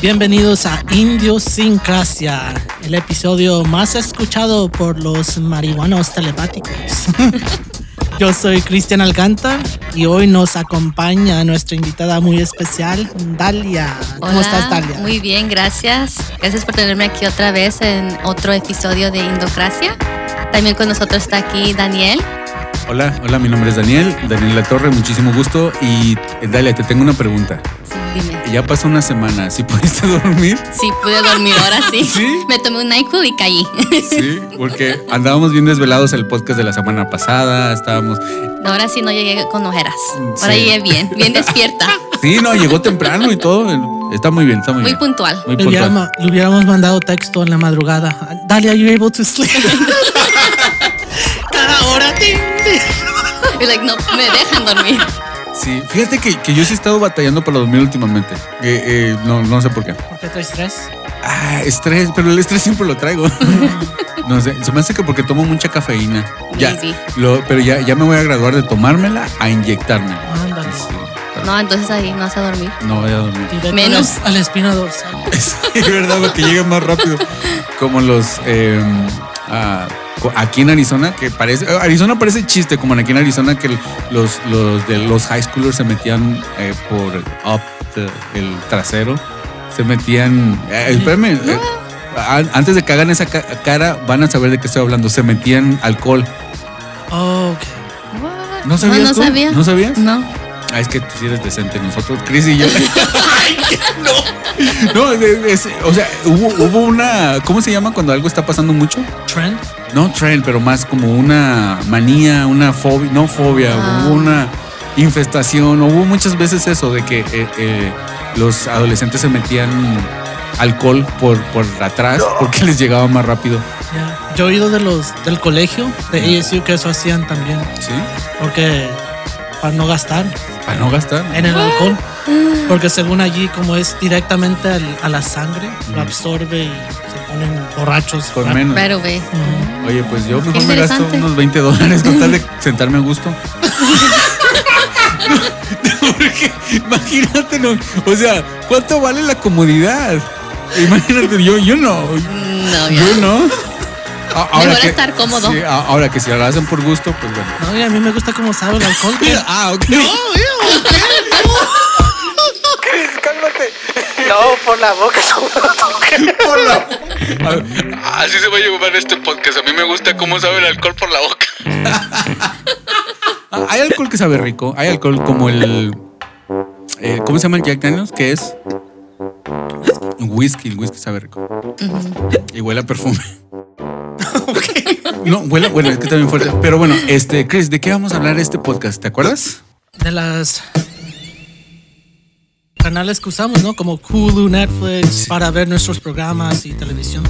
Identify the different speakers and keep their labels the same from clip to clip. Speaker 1: Bienvenidos a Indiosincrasia, el episodio más escuchado por los marihuanos telepáticos. Yo soy Cristian Alcanta y hoy nos acompaña nuestra invitada muy especial, Dalia. ¿Cómo
Speaker 2: Hola,
Speaker 1: estás, Dalia?
Speaker 2: Muy bien, gracias. Gracias por tenerme aquí otra vez en otro episodio de Indocracia. También con nosotros está aquí Daniel.
Speaker 3: Hola, hola, mi nombre es Daniel, Daniel La Torre, muchísimo gusto. Y eh, Dalia, te tengo una pregunta.
Speaker 2: Sí, dime.
Speaker 3: Ya pasó una semana, ¿sí pudiste dormir?
Speaker 2: Sí, pude dormir ahora sí.
Speaker 3: ¿Sí?
Speaker 2: Me tomé un NyQuil y caí.
Speaker 3: Sí, porque andábamos bien desvelados el podcast de la semana pasada, estábamos...
Speaker 2: Ahora sí no llegué con ojeras. Ahora
Speaker 3: Sí.
Speaker 2: llegué bien, bien despierta,
Speaker 3: Sí, no, llegó temprano y todo. Está muy bien, está muy,
Speaker 2: muy
Speaker 3: bien.
Speaker 2: puntual.
Speaker 3: Muy
Speaker 1: Le, hubiera
Speaker 3: puntual.
Speaker 1: ma- le hubiéramos mandado texto en la madrugada. Dalia, are you able to sleep? Cada hora. ting, ting.
Speaker 2: Y like, no me dejan dormir.
Speaker 3: Sí, fíjate que, que yo sí he estado batallando para dormir últimamente. Eh, eh, no, no sé por qué.
Speaker 1: ¿Por qué traes tres?
Speaker 3: Ah, estrés, pero el estrés siempre lo traigo. No sé, se me hace que porque tomo mucha cafeína. Ya,
Speaker 2: Easy.
Speaker 3: lo- pero ya, ya me voy a graduar de tomármela a inyectármela.
Speaker 1: Ándale.
Speaker 3: Sí, pero-
Speaker 2: No, entonces ahí no vas a dormir.
Speaker 3: No voy a dormir.
Speaker 1: Directo
Speaker 2: Menos.
Speaker 1: Al, al espino dorsal.
Speaker 3: Es verdad, porque llega más rápido. Como los. eh, ah, co- aquí en Arizona, que parece. eh, Arizona parece chiste, como en aquí en Arizona, que el- los, los de los high schoolers se metían eh, por up the- el trasero. Se metían. eh, espérame. eh, an- antes de que hagan esa ca- cara, van a saber de qué estoy hablando. Se metían alcohol.
Speaker 1: Oh, ok.
Speaker 3: ¿No sabías?
Speaker 2: Ah, no
Speaker 3: tú?
Speaker 2: sabía.
Speaker 3: ¿No sabías?
Speaker 2: No.
Speaker 3: Ah, es que tú sí eres decente. Nosotros, Chris y yo. Ay, no. No, es- es- o sea, hubo, hubo una. ¿Cómo se llama cuando algo está pasando mucho?
Speaker 1: Trend.
Speaker 3: No trend, pero más como una manía, una fobia. No fobia,
Speaker 2: Ah.
Speaker 3: hubo una infestación. Hubo muchas veces eso de que eh, eh, los adolescentes se metían alcohol por, por atrás porque les llegaba más rápido.
Speaker 1: ya. Yo he ido de los del colegio de ASU que eso hacían también.
Speaker 3: ¿Sí?
Speaker 1: Porque para no gastar
Speaker 3: Para no gastar.
Speaker 1: en el alcohol. Porque según allí, como es directamente al- a la sangre, lo absorbe y se ponen borrachos.
Speaker 3: Por
Speaker 1: rap-
Speaker 3: Mm. menos.
Speaker 2: Pero, güey.
Speaker 1: Ujú.
Speaker 3: Oye, pues yo
Speaker 2: Qué
Speaker 3: mejor me gasto
Speaker 2: interesante.
Speaker 3: unos 20 dólares con tal de sentarme a gusto. Porque imagínate, no, o sea, ¿cuánto vale la comodidad? Imagínate, yo, yo no,
Speaker 2: No, ya.
Speaker 3: yo no. A-
Speaker 2: Mejor estar cómodo.
Speaker 3: sí, a- ahora que si lo hacen por gusto, pues bueno.
Speaker 1: No, y a mí me gusta cómo sabe el alcohol. que-
Speaker 3: Ah, ok.
Speaker 4: No, por la boca.
Speaker 3: Así se va a llevar este podcast. A mí me gusta cómo sabe el alcohol por la boca. Ah, hay alcohol que sabe rico. Hay alcohol como el. eh, ¿Cómo se llama el Jack Daniels? Que es. Whisky. El whisky sabe rico. Y huele a perfume. No, huele, bueno, es que también fuerte. Pero bueno, este, Chris, ¿de qué vamos a hablar este podcast? ¿Te acuerdas?
Speaker 1: de las canales que usamos, ¿no? Como Hulu, Netflix, para ver nuestros programas y televisión.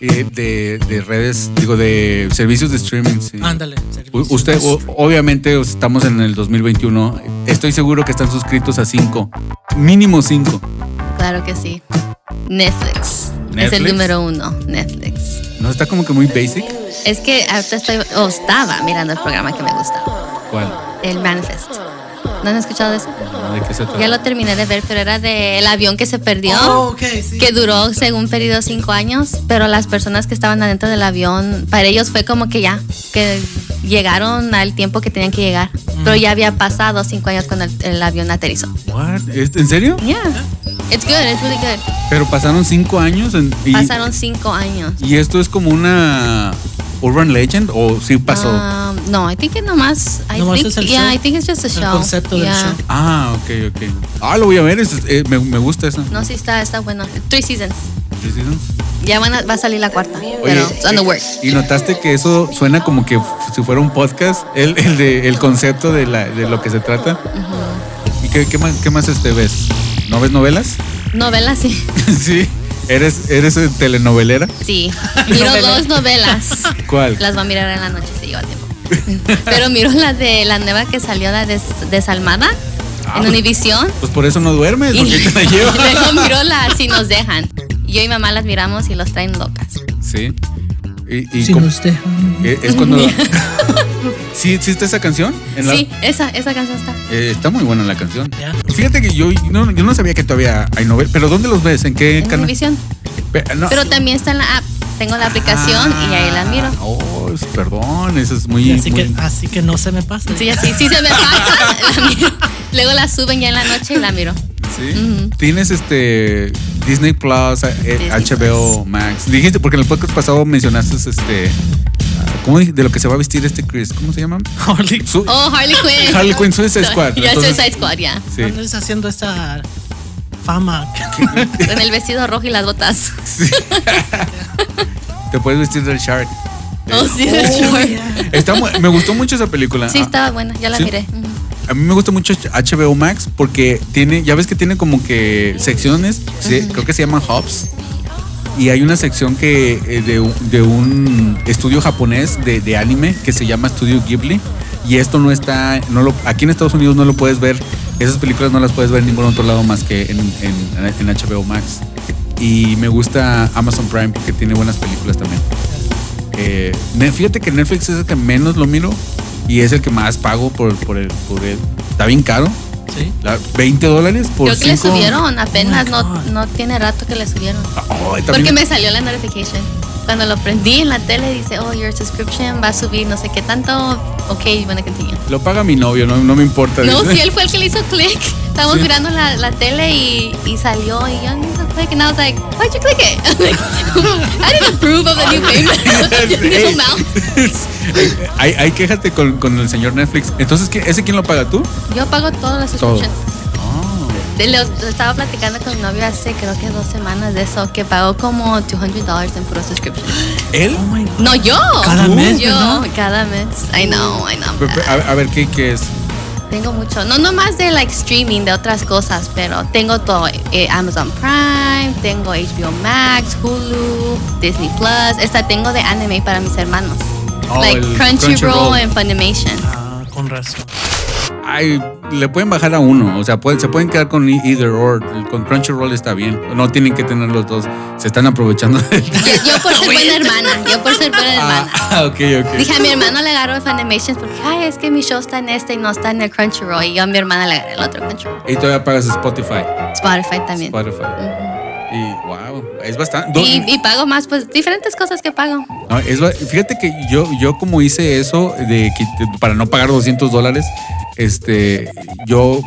Speaker 3: Eh, de, de redes, digo, de servicios de streaming. sí.
Speaker 1: Ándale.
Speaker 3: U-
Speaker 1: servicios.
Speaker 3: Usted, o- obviamente, os- estamos en el 2021. Estoy seguro que están suscritos a cinco. Mínimo cinco.
Speaker 2: Claro que sí. Netflix. Es el
Speaker 3: Netflix.
Speaker 2: número uno, Netflix.
Speaker 3: ¿No está como que muy basic?
Speaker 2: Es que ahorita estoy, o estaba mirando el programa que me gusta,
Speaker 3: ¿Cuál?
Speaker 2: el Manifest. ¿No han escuchado de eso?
Speaker 3: No, ¿De qué se trata?
Speaker 2: Ya lo terminé de ver, pero era del avión que se perdió,
Speaker 1: Oh, ok, sí.
Speaker 2: que duró según periodo cinco años, pero las personas que estaban adentro del avión, para ellos fue como que ya, que llegaron al tiempo que tenían que llegar, pero ya había pasado cinco años cuando el, el avión aterrizó.
Speaker 3: What? ¿Es- ¿En serio?
Speaker 2: Yeah, it's good, it's really good.
Speaker 3: Pero pasaron cinco años en- y,
Speaker 2: Pasaron cinco años.
Speaker 3: y esto es como una urban legend o sí pasó.
Speaker 2: Um, no, I think que nomás. I
Speaker 1: Nomás
Speaker 2: think,
Speaker 1: es el
Speaker 2: yeah,
Speaker 1: show.
Speaker 2: I think it's just a
Speaker 1: El
Speaker 2: show.
Speaker 1: concepto del
Speaker 2: Yeah.
Speaker 1: show.
Speaker 3: Ah, ok, ok. Ah, lo voy a ver. es- eh, me, me gusta esa.
Speaker 2: No, sí está, está bueno. Three seasons.
Speaker 3: ¿Sí, sí, no?
Speaker 2: Ya van a- va a salir la cuarta.
Speaker 3: Oye,
Speaker 2: pero it's on the work.
Speaker 3: Y notaste que eso suena como que f- si fuera un podcast, el, el de- el concepto de, la- de lo que se trata. ¿Y qué, qué más, qué más este ves? ¿No ves novelas?
Speaker 2: Novelas, sí.
Speaker 3: sí. ¿Eres, eres eh, telenovelera?
Speaker 2: Sí. Miro dos novelas.
Speaker 3: ¿Cuál?
Speaker 2: Las va a mirar en la noche si lleva tiempo. Pero miro la de la nueva que salió, la de Desalmada, en Univision.
Speaker 3: Pues por eso no duermes,
Speaker 2: Y,
Speaker 3: porque te la llevas.
Speaker 2: y luego miro la Si nos dejan. Yo y mamá las miramos y los traen locas.
Speaker 3: Sí. Y, y
Speaker 1: Si
Speaker 3: como-
Speaker 1: nos dejan.
Speaker 3: eh, es cuando... si ¿Sí existe esa canción? En la-
Speaker 2: Sí, esa, esa canción está.
Speaker 3: Eh, está muy buena la canción.
Speaker 1: Ya.
Speaker 3: Fíjate que yo no, yo no sabía que todavía hay novelas. ¿Pero dónde los ves? ¿En qué
Speaker 2: En
Speaker 3: canal?
Speaker 2: Univision.
Speaker 3: Pe- no. Ah.
Speaker 2: Pero también está en la app. Tengo la aplicación y ahí la miro.
Speaker 3: Oh, es- perdón, eso es muy.
Speaker 1: Y así,
Speaker 3: muy-
Speaker 1: que, ah. así que no se me pasa.
Speaker 2: Sí, así, sí se me pasa. la miro. Luego la suben ya en la noche y la miro.
Speaker 3: ¿Sí?
Speaker 2: Ujú.
Speaker 3: Tienes este Disney Plus, eh,
Speaker 2: Disney
Speaker 3: HBO Max. Dijiste, porque en el podcast pasado mencionaste este. ah, ¿Cómo dij- de lo que se va a vestir este Chris? ¿Cómo se llama?
Speaker 1: Holy-
Speaker 3: Su-
Speaker 2: Oh, Harley Quinn.
Speaker 3: Harley Quinn Suicide Squad.
Speaker 2: Ya,
Speaker 3: Entonces-
Speaker 2: Suicide Squad, ya.
Speaker 3: Sí.
Speaker 1: ¿Dónde estás haciendo esta fama?
Speaker 2: Con el vestido rojo y las botas.
Speaker 3: Sí. Te puedes vestir del Shark. Este,
Speaker 2: Oh, sí,
Speaker 3: Está mu- me gustó mucho esa película.
Speaker 2: sí,
Speaker 3: Ah,
Speaker 2: estaba buena, ya la
Speaker 3: ¿Sí?
Speaker 2: miré. Ujú.
Speaker 3: A mí me gusta mucho HBO Max porque tiene, ya ves que tiene como que secciones, sí, creo que se llaman hubs. Y hay una sección que eh, de, un- de un estudio japonés de, de anime que se llama Studio Ghibli. Y esto no está, no lo, aquí en Estados Unidos no lo puedes ver. Esas películas no las puedes ver en ningún otro lado más que en, en- en HBO Max. Y me gusta Amazon Prime porque tiene buenas películas también. Eh, ne- fíjate que Netflix es el que menos lo miro y es el que más pago por, por, el, por el- Está bien caro.
Speaker 1: Sí.
Speaker 3: la- 20 dólares por
Speaker 2: Creo que le
Speaker 3: cinco-
Speaker 2: subieron apenas,
Speaker 1: Oh my
Speaker 2: no,
Speaker 1: God.
Speaker 2: no tiene rato que le subieron.
Speaker 3: Ay,
Speaker 2: Porque
Speaker 3: también-
Speaker 2: me salió la notification. Cuando lo prendí en la tele dice, oh, your subscription va a subir no sé qué tanto. Ok, van a continuar.
Speaker 3: Lo paga mi novio, no, no me importa.
Speaker 2: No,
Speaker 3: dice.
Speaker 2: si él fue el que le hizo click. Estábamos
Speaker 3: Sí.
Speaker 2: mirando la, la tele y, y salió y yo no hizo click. And I was like, why'd you click it? I'm like, I didn't approve of the new payment. new amount.
Speaker 3: Ahí, ahí quéjate con, con el señor Netflix. Entonces, ¿qué- ¿ese quién lo paga tú?
Speaker 2: Yo pago todas las
Speaker 3: Todo.
Speaker 2: subscriptions. Te Lo, lo estaba platicando con mi novio hace creo que dos semanas de eso, que pagó como $200 en puro subscription.
Speaker 3: ¿Él?
Speaker 1: Oh my God.
Speaker 2: No, yo.
Speaker 1: Cada mes,
Speaker 2: Yo,
Speaker 1: ¿verdad?
Speaker 2: cada mes. I know, I know.
Speaker 3: Pe- pe- A, a ver, ¿qué, qué es?
Speaker 2: Tengo mucho. No nomás de like streaming, de otras cosas, pero tengo todo. Eh, Amazon Prime, tengo HBO Max, Hulu, Disney Plus. Esta tengo de anime para mis hermanos.
Speaker 3: Oh,
Speaker 2: like
Speaker 3: el
Speaker 2: Crunchyroll
Speaker 3: Crunchyroll.
Speaker 2: and Funimation.
Speaker 1: Ah, con razón.
Speaker 3: Ay, le pueden bajar a uno. O sea, pueden- se pueden quedar con e- either or. Con Crunchyroll está bien. No tienen que tener los dos. Se están aprovechando del.
Speaker 2: Yo, yo por ser buena hermana. Yo por ser buena hermana.
Speaker 3: Ah, ok, ok.
Speaker 2: Dije a mi hermano le agarro el Funimation porque, ay, es que mi show está en este y no está en el Crunchyroll. Y yo a mi hermana le agarré el otro Crunchyroll.
Speaker 3: Y todavía pagas Spotify.
Speaker 2: Spotify también.
Speaker 3: Spotify. Y wow, es bastante.
Speaker 2: Y, y pago más, pues diferentes cosas que pago.
Speaker 3: No, es ba- fíjate que yo, yo como hice eso de que te- para no pagar 200 dólares, este, yo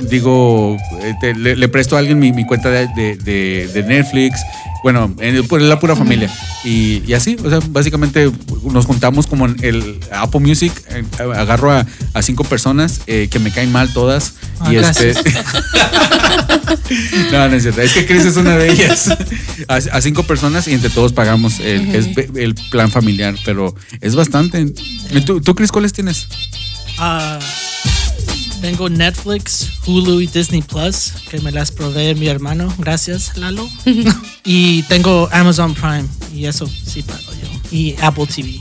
Speaker 3: digo, eh, te- le, le presto a alguien mi, mi cuenta de, de- de- de Netflix, bueno, en el- por la pura familia. Y, y así, o sea, básicamente nos juntamos como en el Apple Music, eh, agarro a, a cinco personas eh, que me caen mal todas.
Speaker 1: Ah,
Speaker 3: y este, no, no es cierto. Es que Chris es una de ellas. A, a cinco personas y entre todos pagamos el, es ve- el plan familiar, pero es bastante. ¿Y ¿Tú, tú, Chris, cuáles tienes?
Speaker 1: Ah, tengo Netflix, Hulu y Disney Plus, que me las provee mi hermano. Gracias, Lalo. y tengo Amazon Prime, y eso sí pago yo. Y Apple TV.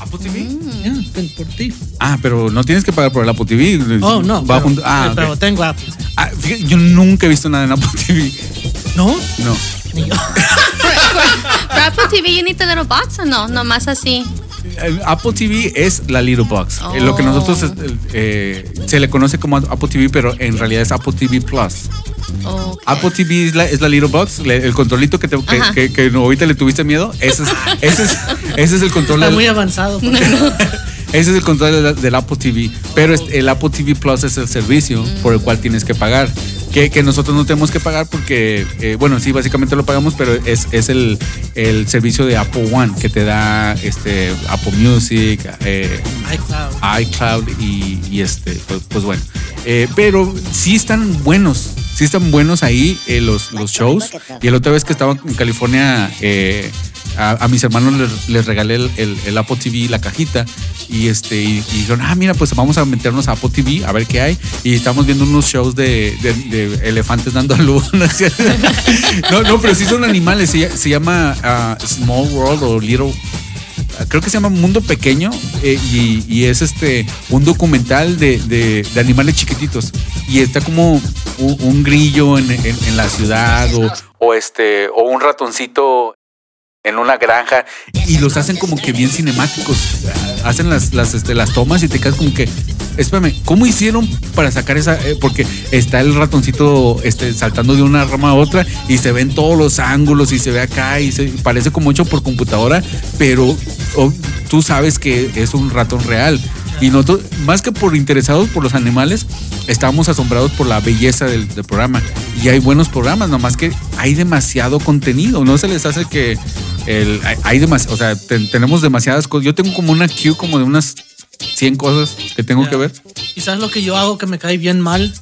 Speaker 3: Apple TV.
Speaker 1: Ya, ven por ti.
Speaker 3: Ah, pero no tienes que pagar por el Apple TV.
Speaker 1: Oh, no.
Speaker 3: Va
Speaker 1: pero,
Speaker 3: junto- ah, ok.
Speaker 1: pero tengo Apple.
Speaker 3: Ah, fíjate, yo nunca he visto nada en Apple TV.
Speaker 1: No,
Speaker 3: No.
Speaker 1: ni yo.
Speaker 2: For, for- for Apple TV, you need a little box o no? Nomás así.
Speaker 3: El Apple TV es la Little Box. Eh, Lo que
Speaker 2: Oh.
Speaker 3: nosotros este, eh, se le conoce como Apple TV, pero en realidad es Apple TV Plus.
Speaker 2: Ok.
Speaker 3: Apple TV es la, es la Little Box, le- el controlito que, te- que-
Speaker 2: Ajá.
Speaker 3: que- que ahorita le tuviste miedo. Ese es, ese es, ese es el control.
Speaker 1: Está
Speaker 3: del-
Speaker 1: muy avanzado. porque-
Speaker 3: ese es el control del, del Apple TV. Pero es- el Apple TV Plus es el servicio
Speaker 1: Mm.
Speaker 3: por el cual tienes que pagar. Que, que nosotros no tenemos que pagar porque, eh, bueno, sí, básicamente lo pagamos, pero es, es el, el servicio de Apple One que te da este, Apple Music, eh,
Speaker 1: iCloud.
Speaker 3: iCloud y, y este, pues, pues bueno. Eh, pero sí están buenos, sí están buenos ahí eh, los, los shows. Y la otra vez que estaba en California, eh, a, a mis hermanos les, les regalé el, el- el Apple TV, la cajita. Y, este, y, y dijeron, ah, mira, pues vamos a meternos a Apple TV a ver qué hay. Y estamos viendo unos shows de, de- de elefantes dando a luz. ¿no es cierto? no, no, pero sí son animales. Se, se llama ah, Small World o Little creo que se llama Mundo Pequeño eh, y, y es este un documental de, de- de animales chiquititos y está como un, un grillo en, en- en la ciudad o, o este o un ratoncito en una granja y los hacen como que bien cinemáticos. Hacen las, las, este, las tomas y te quedas como que, espérame, ¿cómo hicieron para sacar esa? eh, porque está el ratoncito este, saltando de una rama a otra y se ven todos los ángulos y se ve acá y se, parece como hecho por computadora, pero oh, tú sabes que es un ratón real. Y nosotros, más que por interesados por los animales, estábamos asombrados por la belleza del, del programa. Y hay buenos programas, nomás que hay demasiado contenido. No se les hace que el, hay, hay demas- o sea, ten- tenemos demasiadas cosas. Yo tengo como una queue como de unas 100 cosas que tengo que ver.
Speaker 1: ¿Y sabes lo que yo hago que me cae bien mal?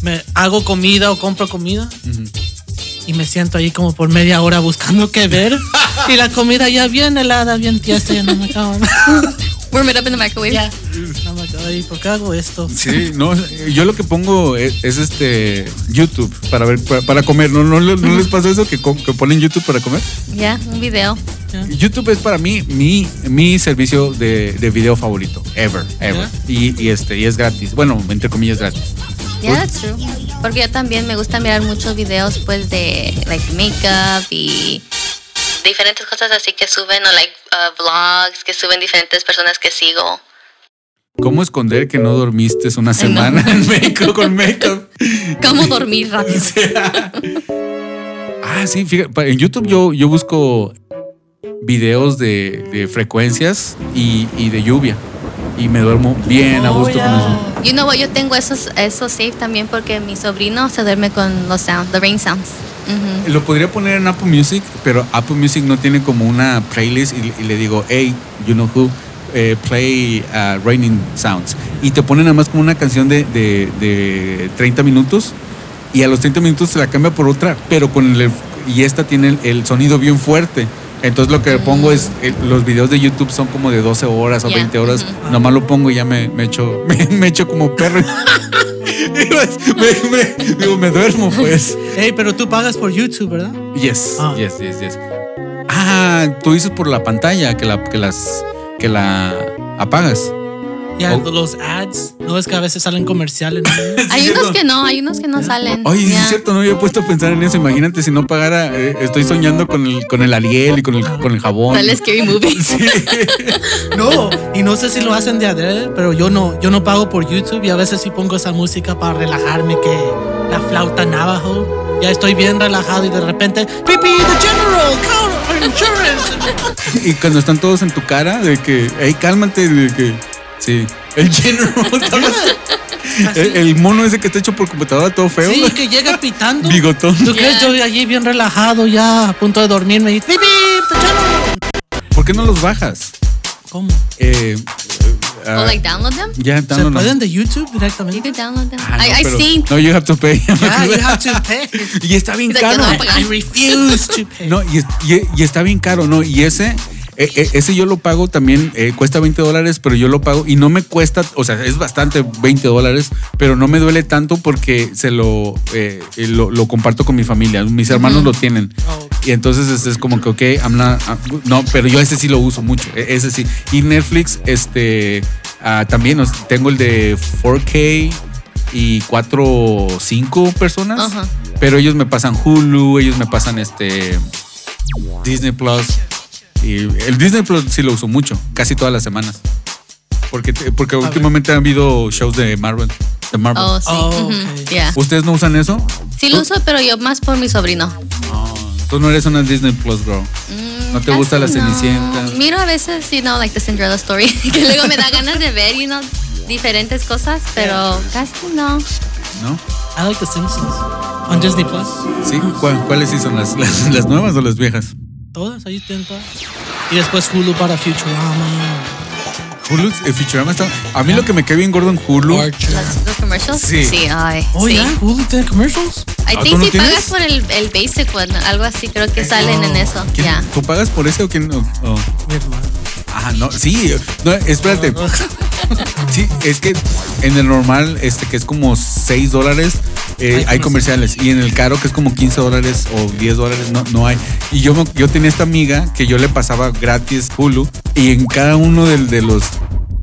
Speaker 1: Me hago comida o compro comida y me siento ahí como por media hora buscando qué ver y la comida ya bien helada, bien tiesa, ya no me acabo.
Speaker 2: Warm it up in the microwave.
Speaker 1: ya, no me acabo. ¿Y por qué hago esto?
Speaker 3: Sí, no, yo lo que pongo e, es, es este YouTube para ver para, para comer. ¿No, no, no les pasa eso que, co- que ponen YouTube para comer?
Speaker 2: Ya, un video.
Speaker 3: YouTube es para mí mi, mi servicio de, de video favorito, ever, ever. Y, y este, y es gratis. Bueno, entre comillas gratis.
Speaker 2: Yeah, that's true. Porque yo también me gusta mirar muchos videos pues de like makeup y diferentes cosas así que suben o like uh, vlogs que suben diferentes personas que sigo.
Speaker 3: ¿Cómo esconder que no dormiste una
Speaker 2: Ay, no.
Speaker 3: semana en México con makeup?
Speaker 2: ¿Cómo dormir rápido?
Speaker 3: Ah, sí, fíjate, pa- en YouTube yo, yo busco videos de, de frecuencias y, y de lluvia. Y me duermo bien a gusto con eso.
Speaker 2: You know what, yo tengo esos esos safe también porque mi sobrino se duerme con los sounds, the rain sounds. Ujú.
Speaker 3: Lo podría poner en Apple Music, pero Apple Music no tiene como una playlist y, y le digo, hey, you know who, eh, play uh, Raining Sounds. Y te pone nada más como una canción de, de- de 30 minutos y a los 30 minutos se la cambia por otra, pero con el. Y esta tiene el, el sonido bien fuerte. Entonces lo que pongo es, el- los videos de YouTube son como de 12 horas o
Speaker 2: Ah. Ya,
Speaker 3: 20 horas. Nomás lo pongo y ya me, me echo, me, me echo como perro. pues, me, me- digo, me duermo pues.
Speaker 1: Hey, pero tú pagas por YouTube, ¿verdad?
Speaker 3: Yes,
Speaker 1: Ah.
Speaker 3: yes, yes, yes. Ah, tú dices por la pantalla que la que las que la apagas.
Speaker 1: Ya,
Speaker 3: Oh.
Speaker 1: los ads. No es que a veces salen comerciales. ¿no?
Speaker 2: Hay unos
Speaker 3: cierto.
Speaker 2: que no, hay unos que no salen.
Speaker 3: Oye, sí
Speaker 2: Ya.
Speaker 3: es cierto, no había puesto a pensar en eso. Imagínate si no pagara, eh, estoy soñando con el con el Ariel y con el con el jabón.
Speaker 2: Sale Scary Movie.
Speaker 1: No, y no sé si lo hacen de adrede, pero yo no, yo no pago por YouTube y a veces sí pongo esa música para relajarme, que la flauta navajo. Ya estoy bien relajado y de repente, Pipi, the general, counter insurance.
Speaker 3: Y cuando están todos en tu cara de que, hey, cálmate, de que sí, el general ¿sabes? el, el mono ese que está hecho por computadora todo feo.
Speaker 1: Sí, que llega pitando.
Speaker 3: Bigotón.
Speaker 1: ¿Tú crees? Yo allí bien relajado, ya a punto de dormirme y, Pipi, the general.
Speaker 3: ¿Por qué no los bajas?
Speaker 1: ¿Cómo?
Speaker 3: Eh, eh,
Speaker 2: O
Speaker 3: ah,
Speaker 2: Oh, like download them.
Speaker 3: ya
Speaker 1: ¿Se
Speaker 3: dándonos-
Speaker 1: pueden de YouTube
Speaker 2: You
Speaker 1: directamente?
Speaker 2: can download them.
Speaker 3: Ah, no,
Speaker 2: I, I
Speaker 3: pero-
Speaker 2: seen.
Speaker 3: No, you have to pay.
Speaker 1: Yeah, you have to pay.
Speaker 3: y está bien
Speaker 2: He's like,
Speaker 3: caro.
Speaker 2: "Ya no voy a
Speaker 1: I refuse to pay.
Speaker 3: No, y, es- y- y está bien caro, ¿no? Y ese, eh, eh, ese yo lo pago también, eh, cuesta 20 dólares, pero yo lo pago y no me cuesta, o sea, es bastante 20 dólares, pero no me duele tanto porque se lo, eh, eh, lo, lo comparto con mi familia. Mis hermanos lo tienen.
Speaker 1: Oh.
Speaker 3: Y entonces es, es como que, ok, I'm not- I'm- no, pero yo ese sí lo uso mucho, e- ese sí. Y Netflix, este, ah, también o sea, tengo el de 4K y 4, 5 personas,
Speaker 2: Ajá.
Speaker 3: pero ellos me pasan Hulu, ellos me pasan este Disney Plus. Y el Disney Plus sí lo uso mucho, casi todas las semanas. Porque, te- porque últimamente han habido shows de Marvel. De Marvel.
Speaker 2: Oh, sí.
Speaker 1: Oh,
Speaker 2: ujú,
Speaker 1: ok.
Speaker 2: yeah.
Speaker 3: ¿Ustedes no usan eso?
Speaker 2: Sí lo uso, pero yo más por mi sobrino.
Speaker 3: Tú no eres una Disney Plus, bro. ¿No te
Speaker 2: Mm, Casi
Speaker 3: gusta la
Speaker 2: no.
Speaker 3: Cenicienta?
Speaker 2: Miro a veces, you know, like the Cinderella story, que luego me da ganas de ver, you know, diferentes cosas, pero casi no.
Speaker 3: ¿No?
Speaker 1: I like The Simpsons on Disney Plus.
Speaker 3: ¿Sí? ¿Cuál- ¿Cuáles sí son las, las, las nuevas o las viejas?
Speaker 1: Todas, ahí tienen todas. Y después Hulu para Futurama.
Speaker 3: Hulu, eh, Futurama está. A mí lo que me cae bien gordo en Hulu.
Speaker 1: Archer.
Speaker 2: Los, los commercials.
Speaker 3: Sí.
Speaker 2: ay.
Speaker 1: Oh,
Speaker 2: sí.
Speaker 1: yeah, Hulu tiene commercials.
Speaker 2: I
Speaker 3: ¿Ah,
Speaker 2: think
Speaker 3: tú no
Speaker 2: si
Speaker 3: tienes?
Speaker 2: pagas por el, el basic one, algo así, creo que salen en eso.
Speaker 3: ¿Quién-
Speaker 2: Ya.
Speaker 3: ¿Tú pagas por ese o quién? o- o-
Speaker 1: Mi hermano.
Speaker 3: Ah, no, sí. No, espérate. Sí, es que en el normal, este que es como 6 dólares, eh, hay,
Speaker 1: Hay
Speaker 3: comerciales. Y en el caro, que es como 15 dólares o 10 dólares, no, no hay. Y yo, me- yo tenía esta amiga que yo le pasaba gratis Hulu. Y en cada uno del- de, los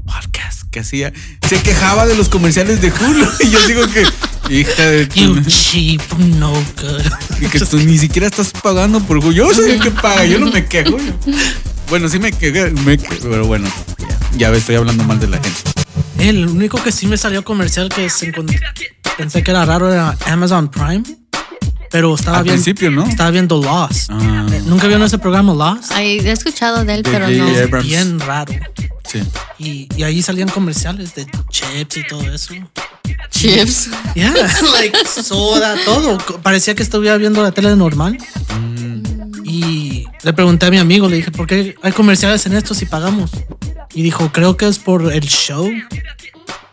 Speaker 3: podcasts que hacía, se quejaba de los comerciales de Hulu. Y yo digo que, hija de tu-
Speaker 1: You cheap, no good.
Speaker 3: Y que tú ni siquiera estás pagando por jugo. Yo soy el que paga, yo no me quejo. Bueno, sí me quejé, me quejé, pero bueno, ya ves, estoy hablando mal de la gente.
Speaker 1: El único que sí me salió comercial que se encont- pensé que era raro era Amazon Prime. Pero estaba
Speaker 3: Al
Speaker 1: viendo.
Speaker 3: principio, ¿no?
Speaker 1: Estaba viendo Lost.
Speaker 3: Ah.
Speaker 1: Eh, ¿Nunca vieron ese programa Lost?
Speaker 2: Ay, he escuchado de él,
Speaker 3: De
Speaker 2: pero
Speaker 3: J.J.
Speaker 2: no.
Speaker 3: Abrams.
Speaker 1: Bien raro.
Speaker 3: Sí.
Speaker 1: Y, y ahí salían comerciales de chips y todo eso.
Speaker 2: Chips.
Speaker 1: Yeah, like soda, todo. Co- Parecía que estuviera viendo la tele normal.
Speaker 2: Mm.
Speaker 1: Y le pregunté a mi amigo, le dije, ¿por qué hay comerciales en esto si pagamos? Y dijo, creo que es por el show.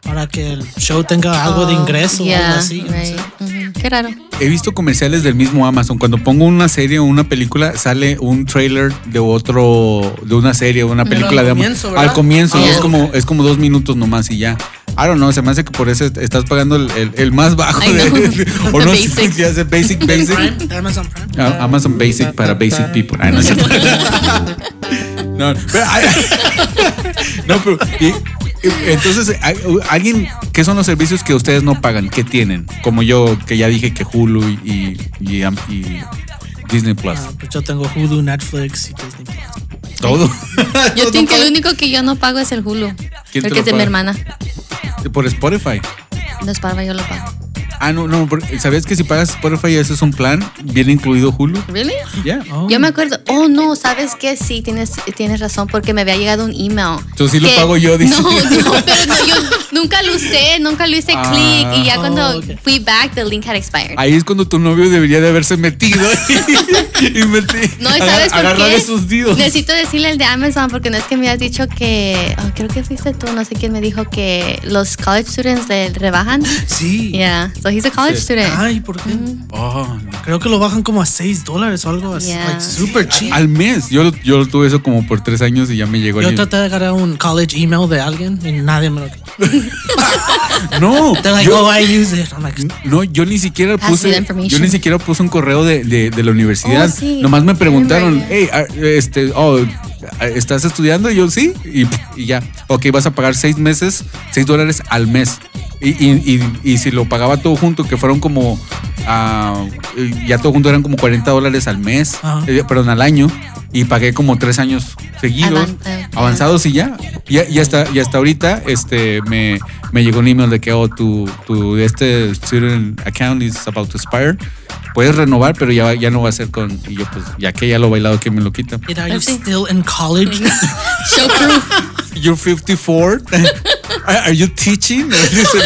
Speaker 1: Para que el show tenga algo de
Speaker 2: Oh,
Speaker 1: ingreso o algo
Speaker 2: yeah,
Speaker 1: así. no sé.
Speaker 2: right. Ujú. Qué raro.
Speaker 3: He visto comerciales del mismo Amazon. Cuando pongo una serie o una película, sale un trailer de otro, de una serie o una película de
Speaker 1: comienzo,
Speaker 3: Amazon.
Speaker 1: ¿verdad?
Speaker 3: Al comienzo,
Speaker 1: Ah,
Speaker 3: y es
Speaker 1: ok.
Speaker 3: como, es como dos minutos nomás y ya. I don't know, se me hace que por eso estás pagando el, el- el más bajo
Speaker 2: Ay,
Speaker 3: de-
Speaker 2: no.
Speaker 3: o no
Speaker 2: The
Speaker 3: sé,
Speaker 2: basic.
Speaker 3: ya sé, basic, basic.
Speaker 1: Prime, Amazon Prime.
Speaker 3: Ah, Amazon Basic para Basic People. Ay, no, es cierto. no, pero, ay, no, pero, y- y- entonces, ay, alguien, ¿qué son los servicios que ustedes no pagan? ¿Qué tienen? Como yo, que ya dije que Hulu y, y- y- y Disney Plus.
Speaker 1: Ah, pues yo tengo Hulu, Netflix y este Disney Plus.
Speaker 3: Todo.
Speaker 1: Pues
Speaker 2: Yo tengo que el único que yo no pago es el Hulu.
Speaker 3: ¿Quién te
Speaker 2: el
Speaker 3: lo
Speaker 2: que es de
Speaker 3: paga?
Speaker 2: mi hermana.
Speaker 3: Por Spotify.
Speaker 2: No es para yo lo pago.
Speaker 3: Ah, no, no, por- ¿sabías que si pagas Spotify, ese es un plan? ¿Viene incluido Hulu?
Speaker 2: ¿Really?
Speaker 3: Ya.
Speaker 1: Oh.
Speaker 2: Yo me acuerdo, oh no, ¿sabes qué? Sí, tienes, tienes razón, porque me había llegado un email.
Speaker 3: Entonces, sí lo
Speaker 2: que-
Speaker 3: pago yo, dice.
Speaker 2: No, no, pero no, yo nunca lo usé, nunca lo hice
Speaker 3: Ah.
Speaker 2: clic. Y ya
Speaker 1: Oh,
Speaker 2: cuando
Speaker 1: ok.
Speaker 2: fui back, the link had expired.
Speaker 3: Ahí es cuando tu novio debería de haberse metido y, y meti-
Speaker 2: No, ¿y sabes
Speaker 3: agar-
Speaker 2: por
Speaker 3: agarrarle
Speaker 2: qué?
Speaker 3: sus dedos.
Speaker 2: Necesito decirle el de Amazon porque no es que me has dicho que, oh, creo que fuiste tú, no sé quién me dijo que los college students le rebajan.
Speaker 1: Sí.
Speaker 2: Yeah, so he's a college
Speaker 3: Sí.
Speaker 2: student.
Speaker 1: Ay, ¿por qué?
Speaker 3: Oh, no.
Speaker 1: Creo que lo bajan como a 6 dólares o algo así.
Speaker 2: Yeah.
Speaker 1: Like, super cheap.
Speaker 3: Al mes. Yo, yo tuve eso como por tres años y ya me llegó
Speaker 1: Yo
Speaker 3: el.
Speaker 1: traté de agarrar un college email de alguien y nadie me lo
Speaker 3: No,
Speaker 1: They're like,
Speaker 3: yo,
Speaker 1: oh, I use it. I'm like,
Speaker 3: no, yo ni siquiera
Speaker 2: Pass
Speaker 3: puse.
Speaker 2: the information.
Speaker 3: Yo ni siquiera puse un correo de, de- de la universidad.
Speaker 2: Oh, sí.
Speaker 3: Nomás me preguntaron,
Speaker 2: Remember,
Speaker 3: hey, ah, este, oh, ¿estás estudiando? Y yo sí. Y, y ya. Ok, vas a pagar seis meses, seis dólares al mes. Y, y- y- y si lo pagaba todo junto, que fueron como. ah, ya todo junto eran como 40 dólares al mes,
Speaker 1: Ajá.
Speaker 3: eh, perdón, al año. Y pagué como tres años seguidos,
Speaker 2: Avan- eh,
Speaker 3: avanzados y Ah, ya. Y, y hasta, y hasta ahorita este, me, me llegó un email de que oh, tu, tu este student account is about to expire. Puedes renovar, pero ya, ya no va a ser con. Y yo, pues, ya que ya lo bailado, que me lo quita.
Speaker 1: "Did- are you
Speaker 2: Así.
Speaker 1: still in college?
Speaker 2: Show proof.
Speaker 3: You're 54. Are are you teaching? Dice,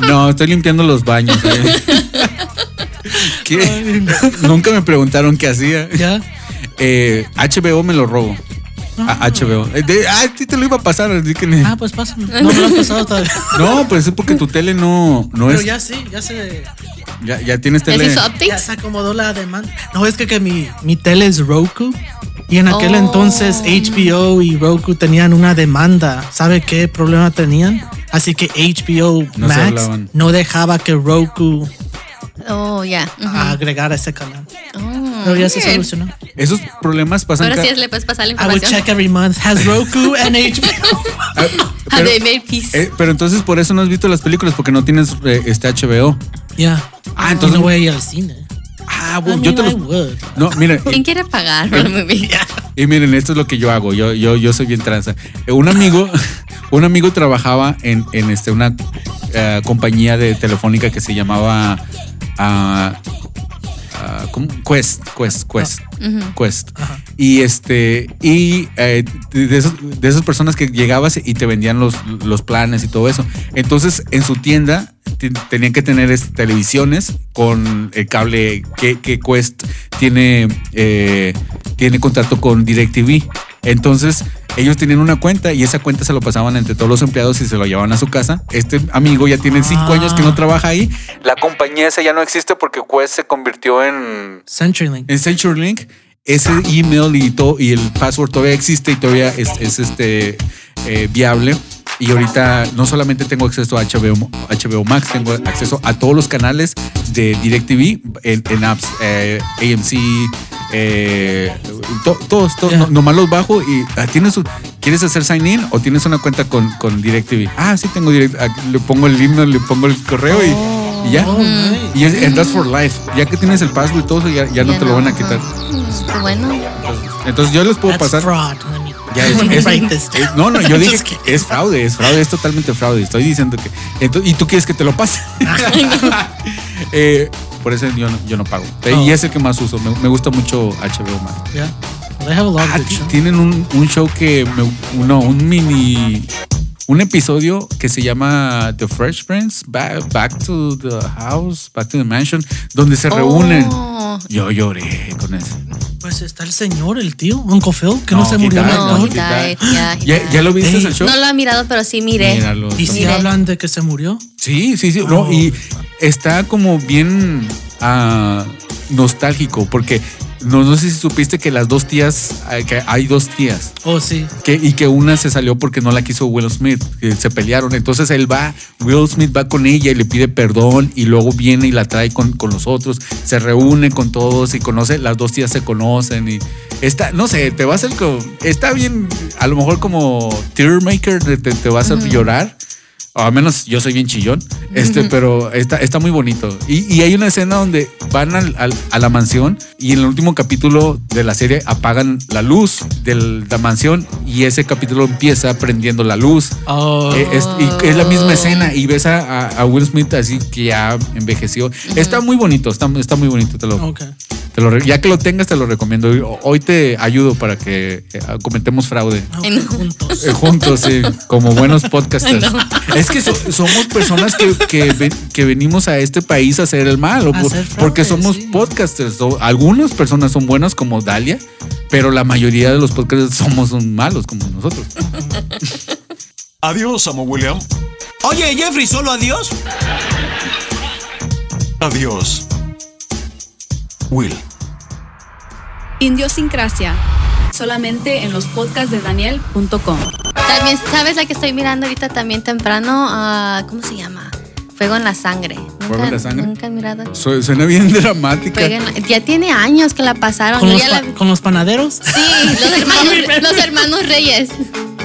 Speaker 3: no. No, estoy limpiando los baños. ¿eh? ¿Qué? Nunca me preguntaron qué hacía.
Speaker 1: ¿Ya?
Speaker 3: Eh, HBO me lo robo. A- HBO. Eh, de- ah, a ti te lo iba a pasar. así que ni-
Speaker 1: Ah, pues pásame. No me lo has pasado todavía.
Speaker 3: No, pues es porque tu tele no, no
Speaker 1: Pero
Speaker 3: es.
Speaker 1: ya sí, ya se,
Speaker 3: Ya, ya tienes
Speaker 2: ¿Les
Speaker 3: tele.
Speaker 2: hizo
Speaker 1: ya
Speaker 2: updates?
Speaker 1: se acomodó la demanda. No, es que, que mi, mi tele es Roku. Y en aquel
Speaker 2: Oh.
Speaker 1: entonces HBO y Roku tenían una demanda. ¿Sabe qué problema tenían? Así que HBO
Speaker 3: No se
Speaker 1: Max
Speaker 3: hablaban.
Speaker 1: no dejaba que Roku
Speaker 2: Oh, ya.
Speaker 1: agregara ese canal.
Speaker 2: Oh,
Speaker 1: Pero ya se solucionó.
Speaker 3: Esos problemas pasan.
Speaker 2: Ahora
Speaker 3: ca-
Speaker 2: sí le puedes pasar la
Speaker 1: I would
Speaker 2: información.
Speaker 1: check every month. Has Roku and HBO?
Speaker 3: Ah,
Speaker 2: Have
Speaker 3: pero,
Speaker 2: they made peace?
Speaker 3: eh, pero entonces por eso no has visto las películas, porque no tienes eh, este HBO.
Speaker 1: Yeah.
Speaker 3: Ah, entonces-
Speaker 1: no voy a ir al cine.
Speaker 3: Ah,
Speaker 1: I
Speaker 3: bueno,
Speaker 1: mean,
Speaker 3: yo te
Speaker 1: I
Speaker 3: los.
Speaker 1: would.
Speaker 3: No, mira.
Speaker 2: ¿Quién quiere pagar por el movie?
Speaker 3: Y miren, esto es lo que yo hago. Yo, yo, yo soy bien tranza. Eh, Un amigo, un amigo trabajaba en, en este, una eh, compañía de telefónica que se llamaba ah, ah, ¿cómo? Quest, Quest, Quest,
Speaker 2: Ah.
Speaker 3: Quest. Y este, y eh, de, de esos- de esas personas que llegabas y te vendían los, los planes y todo eso. Entonces, en su tienda te- tenían que tener es- televisiones con el cable que, que Quest tiene, eh, tiene contrato con DirecTV. Entonces, ellos tenían una cuenta y esa cuenta se lo pasaban entre todos los empleados y se lo llevaban a su casa. Este amigo ya tiene cinco
Speaker 1: Ah.
Speaker 3: años que no trabaja ahí. La compañía esa ya no existe porque Quest se convirtió en,
Speaker 1: CenturyLink.
Speaker 3: en CenturyLink. Ese email y, todo, y el password todavía existe y todavía es, es, este, eh, viable. Y ahorita no solamente tengo acceso a HBO, HBO Max, tengo acceso a todos los canales de DirecTV en, en apps, eh, AMC, eh, to- todos, todos,
Speaker 1: Ya.
Speaker 3: no- nomás los bajo y ah, tienes, un- ¿quieres hacer sign in o tienes una cuenta con, con DirecTV? Ah, sí tengo Direct, ah, le pongo el email, le pongo el correo y- Y ya.
Speaker 1: Oh, nice.
Speaker 3: Y es, and that's for life. Ya que tienes el password y todo eso, ya, ya no
Speaker 2: Ya
Speaker 3: te lo van a
Speaker 2: ajá.
Speaker 3: quitar.
Speaker 2: Mm, qué bueno.
Speaker 3: Entonces yo les puedo
Speaker 1: That's
Speaker 3: pasar.
Speaker 1: fraud. Let me,
Speaker 3: Ya es-
Speaker 1: let me
Speaker 3: es-
Speaker 1: write this down.
Speaker 3: Eh, No, no, yo dije
Speaker 1: Just kidding.
Speaker 3: que es fraude, es fraude, es totalmente fraude. Estoy diciendo que. Entonces, ¿Y tú quieres que te lo pase? Eh, por eso yo no, yo no pago. Eh,
Speaker 1: Oh.
Speaker 3: Y es el que más uso. Me, me gusta mucho HBO Max.
Speaker 1: Yeah. They have a lot
Speaker 3: Ah,
Speaker 1: of good
Speaker 3: ti-
Speaker 1: shows.
Speaker 3: tienen un, un show que. Me, no, un mini. Un episodio que se llama The Fresh Prince, Ba- Back, to the House, Back to the Mansion, donde se reúnen.
Speaker 2: Oh.
Speaker 3: Yo lloré con eso.
Speaker 1: Pues está el señor, el tío, Uncle Phil, que no, se
Speaker 3: he
Speaker 1: murió
Speaker 3: died,
Speaker 1: el
Speaker 2: No,
Speaker 1: actor.
Speaker 2: he died, yeah, he
Speaker 3: ¿Ya,
Speaker 2: died.
Speaker 3: ya lo viste el show?
Speaker 2: No lo he mirado, pero sí miré.
Speaker 3: Míralo.
Speaker 1: Y si
Speaker 2: Mire.
Speaker 1: hablan de que se murió.
Speaker 3: Sí, sí, sí. no, y está como bien ah, nostálgico, porque no, no sé si supiste que las dos tías, ah, que hay dos tías.
Speaker 1: Oh, sí.
Speaker 3: Que, y que una se salió porque no la quiso Will Smith, que se pelearon. Entonces él va, Will Smith va con ella y le pide perdón y luego viene y la trae con, con los otros, se reúne con todos y conoce, las dos tías se conocen y está, no sé, te va a hacer como, está bien, a lo mejor como tear maker, te, te- te va a hacer llorar. O al menos yo soy bien chillón, este, pero está, está muy bonito. Y, y hay una escena donde van al- al- a la mansión y en el último capítulo de la serie apagan la luz de la mansión y ese capítulo empieza prendiendo la luz.
Speaker 1: Oh,
Speaker 3: Eh, Es, y es la misma escena y ves a, a- a Will Smith así que ya envejeció. Está muy bonito, está, está muy bonito, te lo,
Speaker 1: ok. Ah,
Speaker 3: te lo re- ya que lo tengas te lo recomiendo. Hoy- Hoy te ayudo para que eh, cometemos fraude.
Speaker 1: Ah, ok,
Speaker 2: En-
Speaker 1: juntos.
Speaker 3: Eh, Juntos, sí, como buenos podcasters. Es que so- somos personas que, que ven- que venimos a este país a hacer el mal, o
Speaker 1: A
Speaker 3: por-
Speaker 1: hacer fraude,
Speaker 3: porque somos
Speaker 1: sí.
Speaker 3: podcasters. O algunas personas son buenas como Dalia, pero la mayoría de los podcasters somos un malos como nosotros.
Speaker 4: Adiós, amo William.
Speaker 5: Oye, Jeffrey, ¿solo adiós?
Speaker 4: Adiós. Will.
Speaker 6: Indiosincrasia. Solamente en los podcasts de Daniel.com.
Speaker 2: También, ¿sabes la que estoy mirando ahorita también temprano? Ah, ¿Cómo se llama? Fuego en la sangre. ¿Nunca,
Speaker 3: Fuego en la sangre.
Speaker 2: Nunca he mirado.
Speaker 3: Su- Suena bien dramática.
Speaker 2: Fuego en la- ya tiene años que la pasaron.
Speaker 1: ¿Con
Speaker 2: Yo
Speaker 1: los,
Speaker 2: ya la-
Speaker 1: pa- con los panaderos.
Speaker 2: sí, los hermanos, los hermanos Reyes.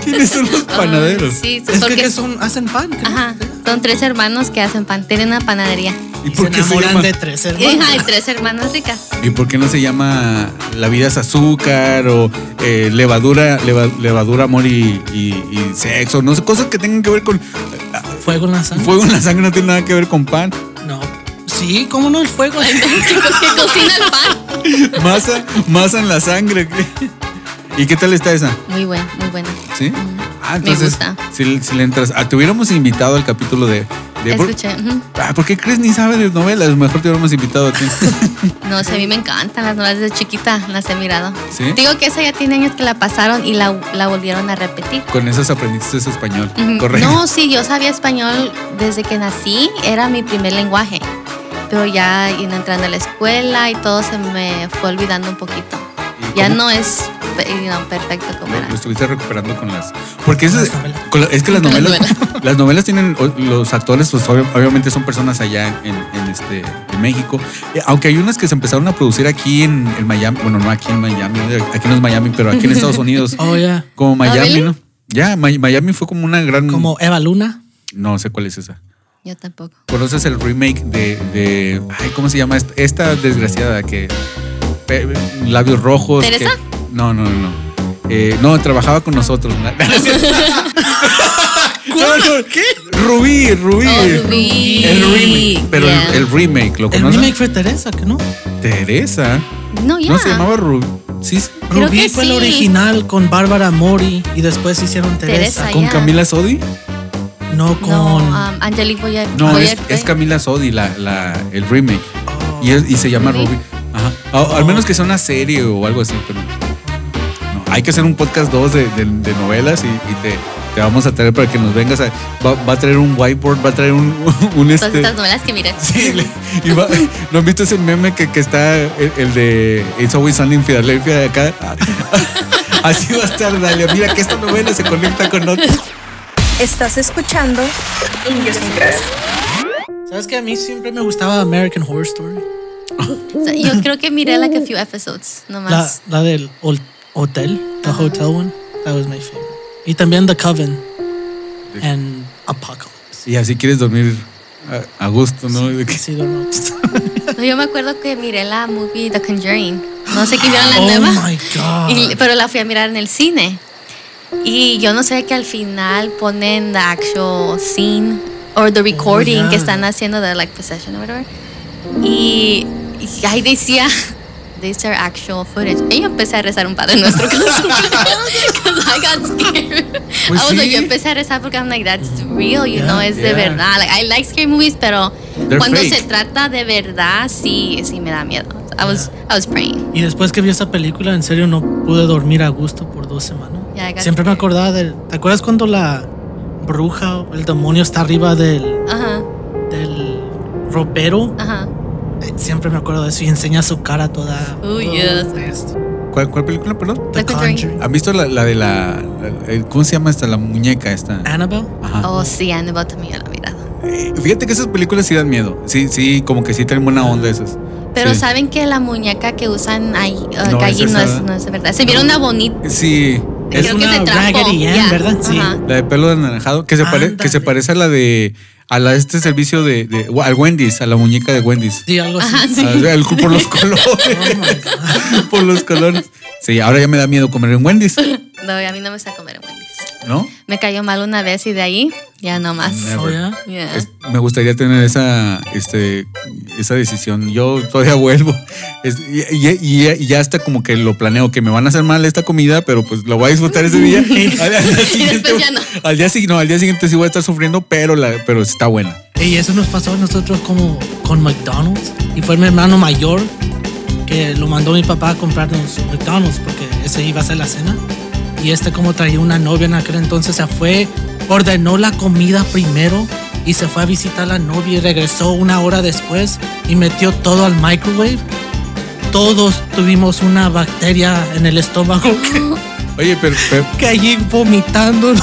Speaker 3: ¿Quiénes son los panaderos?
Speaker 2: Ah, sí,
Speaker 1: Es que,
Speaker 2: porque-
Speaker 1: que son, hacen pan. creo.
Speaker 2: Ajá, son tres hermanos que hacen pan. Tienen una panadería.
Speaker 3: ¿Y
Speaker 1: Y se
Speaker 3: por qué se
Speaker 1: enamoran
Speaker 3: llama?
Speaker 1: de tres hermanos.
Speaker 2: Hija de tres hermanas ricas.
Speaker 3: ¿Y por qué no se llama La vida es azúcar o eh, levadura, leva- levadura, amor y, y- y sexo? No sé, cosas que tengan que ver con...
Speaker 1: Fuego en la sangre.
Speaker 3: Fuego en la sangre no tiene nada que ver con pan.
Speaker 1: No. Sí, ¿cómo no? El fuego.
Speaker 2: Pues Que cocina el pan.
Speaker 3: Masa, masa en la sangre. ¿Y qué tal está esa?
Speaker 2: Muy buena, muy buena.
Speaker 3: ¿Sí? Ah,
Speaker 2: Me
Speaker 3: entonces,
Speaker 2: gusta.
Speaker 3: si, si le entras... Ah, te hubiéramos invitado al capítulo de... de por,
Speaker 2: Escuché. ujú.
Speaker 3: ah, ¿por qué Chris ni sabe de novelas? Mejor te hubiéramos invitado a ti.
Speaker 2: No sé, a mí me encantan las novelas desde chiquita, las he mirado.
Speaker 3: ¿Sí?
Speaker 2: Digo que esa ya tiene años que la pasaron y la, la volvieron a repetir.
Speaker 3: Con esas aprendiste español.
Speaker 2: Ujú.
Speaker 3: Correcto.
Speaker 2: No, sí, yo sabía español desde que nací, era mi primer lenguaje. Pero ya en- entrando a la escuela y todo se me fue olvidando un poquito.
Speaker 3: ¿Y
Speaker 2: Ya
Speaker 3: cómo? pues,
Speaker 2: no es pe- no, perfecto como
Speaker 3: Lo,
Speaker 2: era.
Speaker 3: lo estuviste recuperando con las. Porque eso
Speaker 1: Con
Speaker 3: es,
Speaker 1: las novelas.
Speaker 3: con la- es que las
Speaker 2: Con las
Speaker 3: novelas, las novelas tienen o- los actores, pues obvio- obviamente son personas allá en, en este en México. Eh, Aunque hay unas que se empezaron a producir aquí en, en Miami, bueno no aquí en Miami, eh, aquí no es Miami, pero aquí en Estados Unidos,
Speaker 1: Oh, yeah.
Speaker 3: como Miami,
Speaker 2: really?
Speaker 3: ¿no? Ya Mi- Miami fue como una
Speaker 2: Mm.
Speaker 3: gran.
Speaker 1: Como Eva Luna.
Speaker 3: No sé cuál es esa.
Speaker 2: Yo tampoco.
Speaker 3: ¿Conoces el remake de, de- ay, cómo se llama esta, esta desgraciada que pe- labios rojos? que-
Speaker 2: ¿Teresa?
Speaker 3: no, no, no, no. Eh, no, trabajaba con nosotros. No, no, no. Rubí, Rubí.
Speaker 2: Oh, Rubí.
Speaker 3: El remake, pero el-
Speaker 2: Yeah.
Speaker 3: el, remake, ¿lo
Speaker 1: El
Speaker 3: conoces?
Speaker 1: remake fue Teresa, que no.
Speaker 3: Teresa.
Speaker 2: No, ya.
Speaker 3: No se llamaba Rubí. Sí, sí.
Speaker 2: Creo
Speaker 1: Rubí
Speaker 2: que
Speaker 1: fue el
Speaker 2: sí.
Speaker 1: original con Bárbara Mori y después hicieron Teresa.
Speaker 2: Teresa.
Speaker 3: ¿Con
Speaker 2: Ah, ya.
Speaker 3: Camila Sodi?
Speaker 1: No con.
Speaker 2: No, um, Angelique Boyer.
Speaker 3: No, es,
Speaker 2: Boyer,
Speaker 3: es
Speaker 2: ¿eh?
Speaker 3: Camila Sodi la, la- el remake. Y, es- y se llama
Speaker 2: Rubí.
Speaker 3: Ruby. Ajá. O- al menos que sea una serie o algo así, pero. No, hay que hacer un podcast 2 de, de- de novelas y, y te, te vamos a traer para que nos vengas. A, va, va a traer un whiteboard, va a traer un, un
Speaker 2: Todas
Speaker 3: este.
Speaker 2: Pues estas novelas que miré.
Speaker 3: Sí, le- y va- ¿No han visto ese meme que, que está el, el de It's Always Sunny in Philadelphia de acá? Así va a estar, Dalia. Mira que esta novela se conecta con otra.
Speaker 7: Estás escuchando Indiosincrasia.
Speaker 1: ¿Sabes que a mí siempre me gustaba American Horror Story?
Speaker 2: O sea, Yo creo que miré like a few episodes
Speaker 1: La,
Speaker 2: nomás.
Speaker 1: la del hol- hotel, the hotel one, that was my favorite. Y también The Coven and Apocalypse.
Speaker 3: Y así quieres dormir a, a gusto, ¿no? De que-
Speaker 1: Sí, Don Ox.
Speaker 2: No, yo me acuerdo que miré la movie The Conjuring. No sé qué vieron la
Speaker 1: Oh
Speaker 2: nueva.
Speaker 1: my God.
Speaker 2: Y- pero la fui a mirar en el cine. Y yo no sé que al final ponen the actual scene or the recording
Speaker 3: Oh,
Speaker 1: yeah.
Speaker 2: que están haciendo de like possession or whatever. Y, y ahí decía these are actual footage. Y yo empecé a rezar un padre nuestro because because I got scared.
Speaker 3: Pues
Speaker 2: I was like, yo
Speaker 3: sí.
Speaker 2: empecé a rezar porque I'm like that's real, you
Speaker 1: Yeah.
Speaker 2: know, es de
Speaker 3: Yeah.
Speaker 2: verdad. Like I like scary movies, pero
Speaker 3: They're
Speaker 2: cuando
Speaker 3: fake.
Speaker 2: se trata de verdad, sí, sí me da miedo. I was, I was praying.
Speaker 1: Y después que vi esa película, en serio no pude dormir a gusto por dos semanas.
Speaker 2: Yeah, I got
Speaker 1: Siempre me
Speaker 2: you.
Speaker 1: acordaba de. ¿Te acuerdas cuando la bruja o el demonio está arriba del,
Speaker 2: Ajá,
Speaker 1: del ropero?
Speaker 2: ajá.
Speaker 1: Eh, Siempre me acuerdo de eso y enseña su cara toda.
Speaker 2: Oh, yes.
Speaker 3: ¿Cuál, cuál película, perdón?
Speaker 1: The
Speaker 2: The Conjuring.
Speaker 1: Conjuring.
Speaker 3: ¿Han visto la, la de la, la- el- ¿Cómo se llama esta? La muñeca esta.
Speaker 1: Annabelle.
Speaker 3: Ajá.
Speaker 2: Oh, sí, Annabelle también yo la he mirado.
Speaker 3: Eh, Fíjate que esas películas sí dan miedo. Sí, sí, como que sí traen buena onda esas.
Speaker 2: Pero
Speaker 3: Sí.
Speaker 2: saben que la muñeca que usan ahí, eh,
Speaker 3: No,
Speaker 2: que allí
Speaker 3: es
Speaker 2: no,
Speaker 3: esa.
Speaker 2: es, no es de verdad. Se vieron una bonita.
Speaker 3: Sí. Es
Speaker 2: Creo
Speaker 3: una,
Speaker 2: que se trampó.
Speaker 1: Raggedy Ann,
Speaker 2: ya,
Speaker 1: ¿verdad? Sí.
Speaker 2: ajá.
Speaker 3: la de pelo anaranjado que se, pare- que se
Speaker 1: Ándale.
Speaker 3: parece a la de a la de este servicio de, de al Wendy's, a la muñeca de Wendy's.
Speaker 1: Sí, algo así. Oh
Speaker 3: Ah, el- por los colores. por los colores. Sí, ahora ya me da miedo comer en Wendy's,
Speaker 2: No, a mí no me está comer en Wendy's.
Speaker 3: ¿no?
Speaker 2: Me cayó mal una vez y de ahí ya no más.
Speaker 1: Oh, yeah.
Speaker 2: Yeah.
Speaker 3: Es- me gustaría tener esa, este, esa decisión. Yo todavía vuelvo. Es- y, y- y- y ya está como que lo planeo, que me van a hacer mal esta comida, pero pues la voy a disfrutar ese día. al, al día siguiente,
Speaker 2: ya no.
Speaker 3: al día sig- no, al día siguiente sí voy a estar sufriendo, pero, la, pero está buena.
Speaker 1: Y eso nos pasó a nosotros como con McDonald's. Y fue mi hermano mayor que lo mandó mi papá a comprarnos McDonald's porque ese iba a ser la cena. Y este como traía una novia en aquel entonces se fue, ordenó la comida primero y se fue a visitar a la novia y regresó una hora después y metió todo al microwave. Todos tuvimos una bacteria en el estómago que,
Speaker 3: Oye, pero, pero,
Speaker 1: que allí vomitándonos.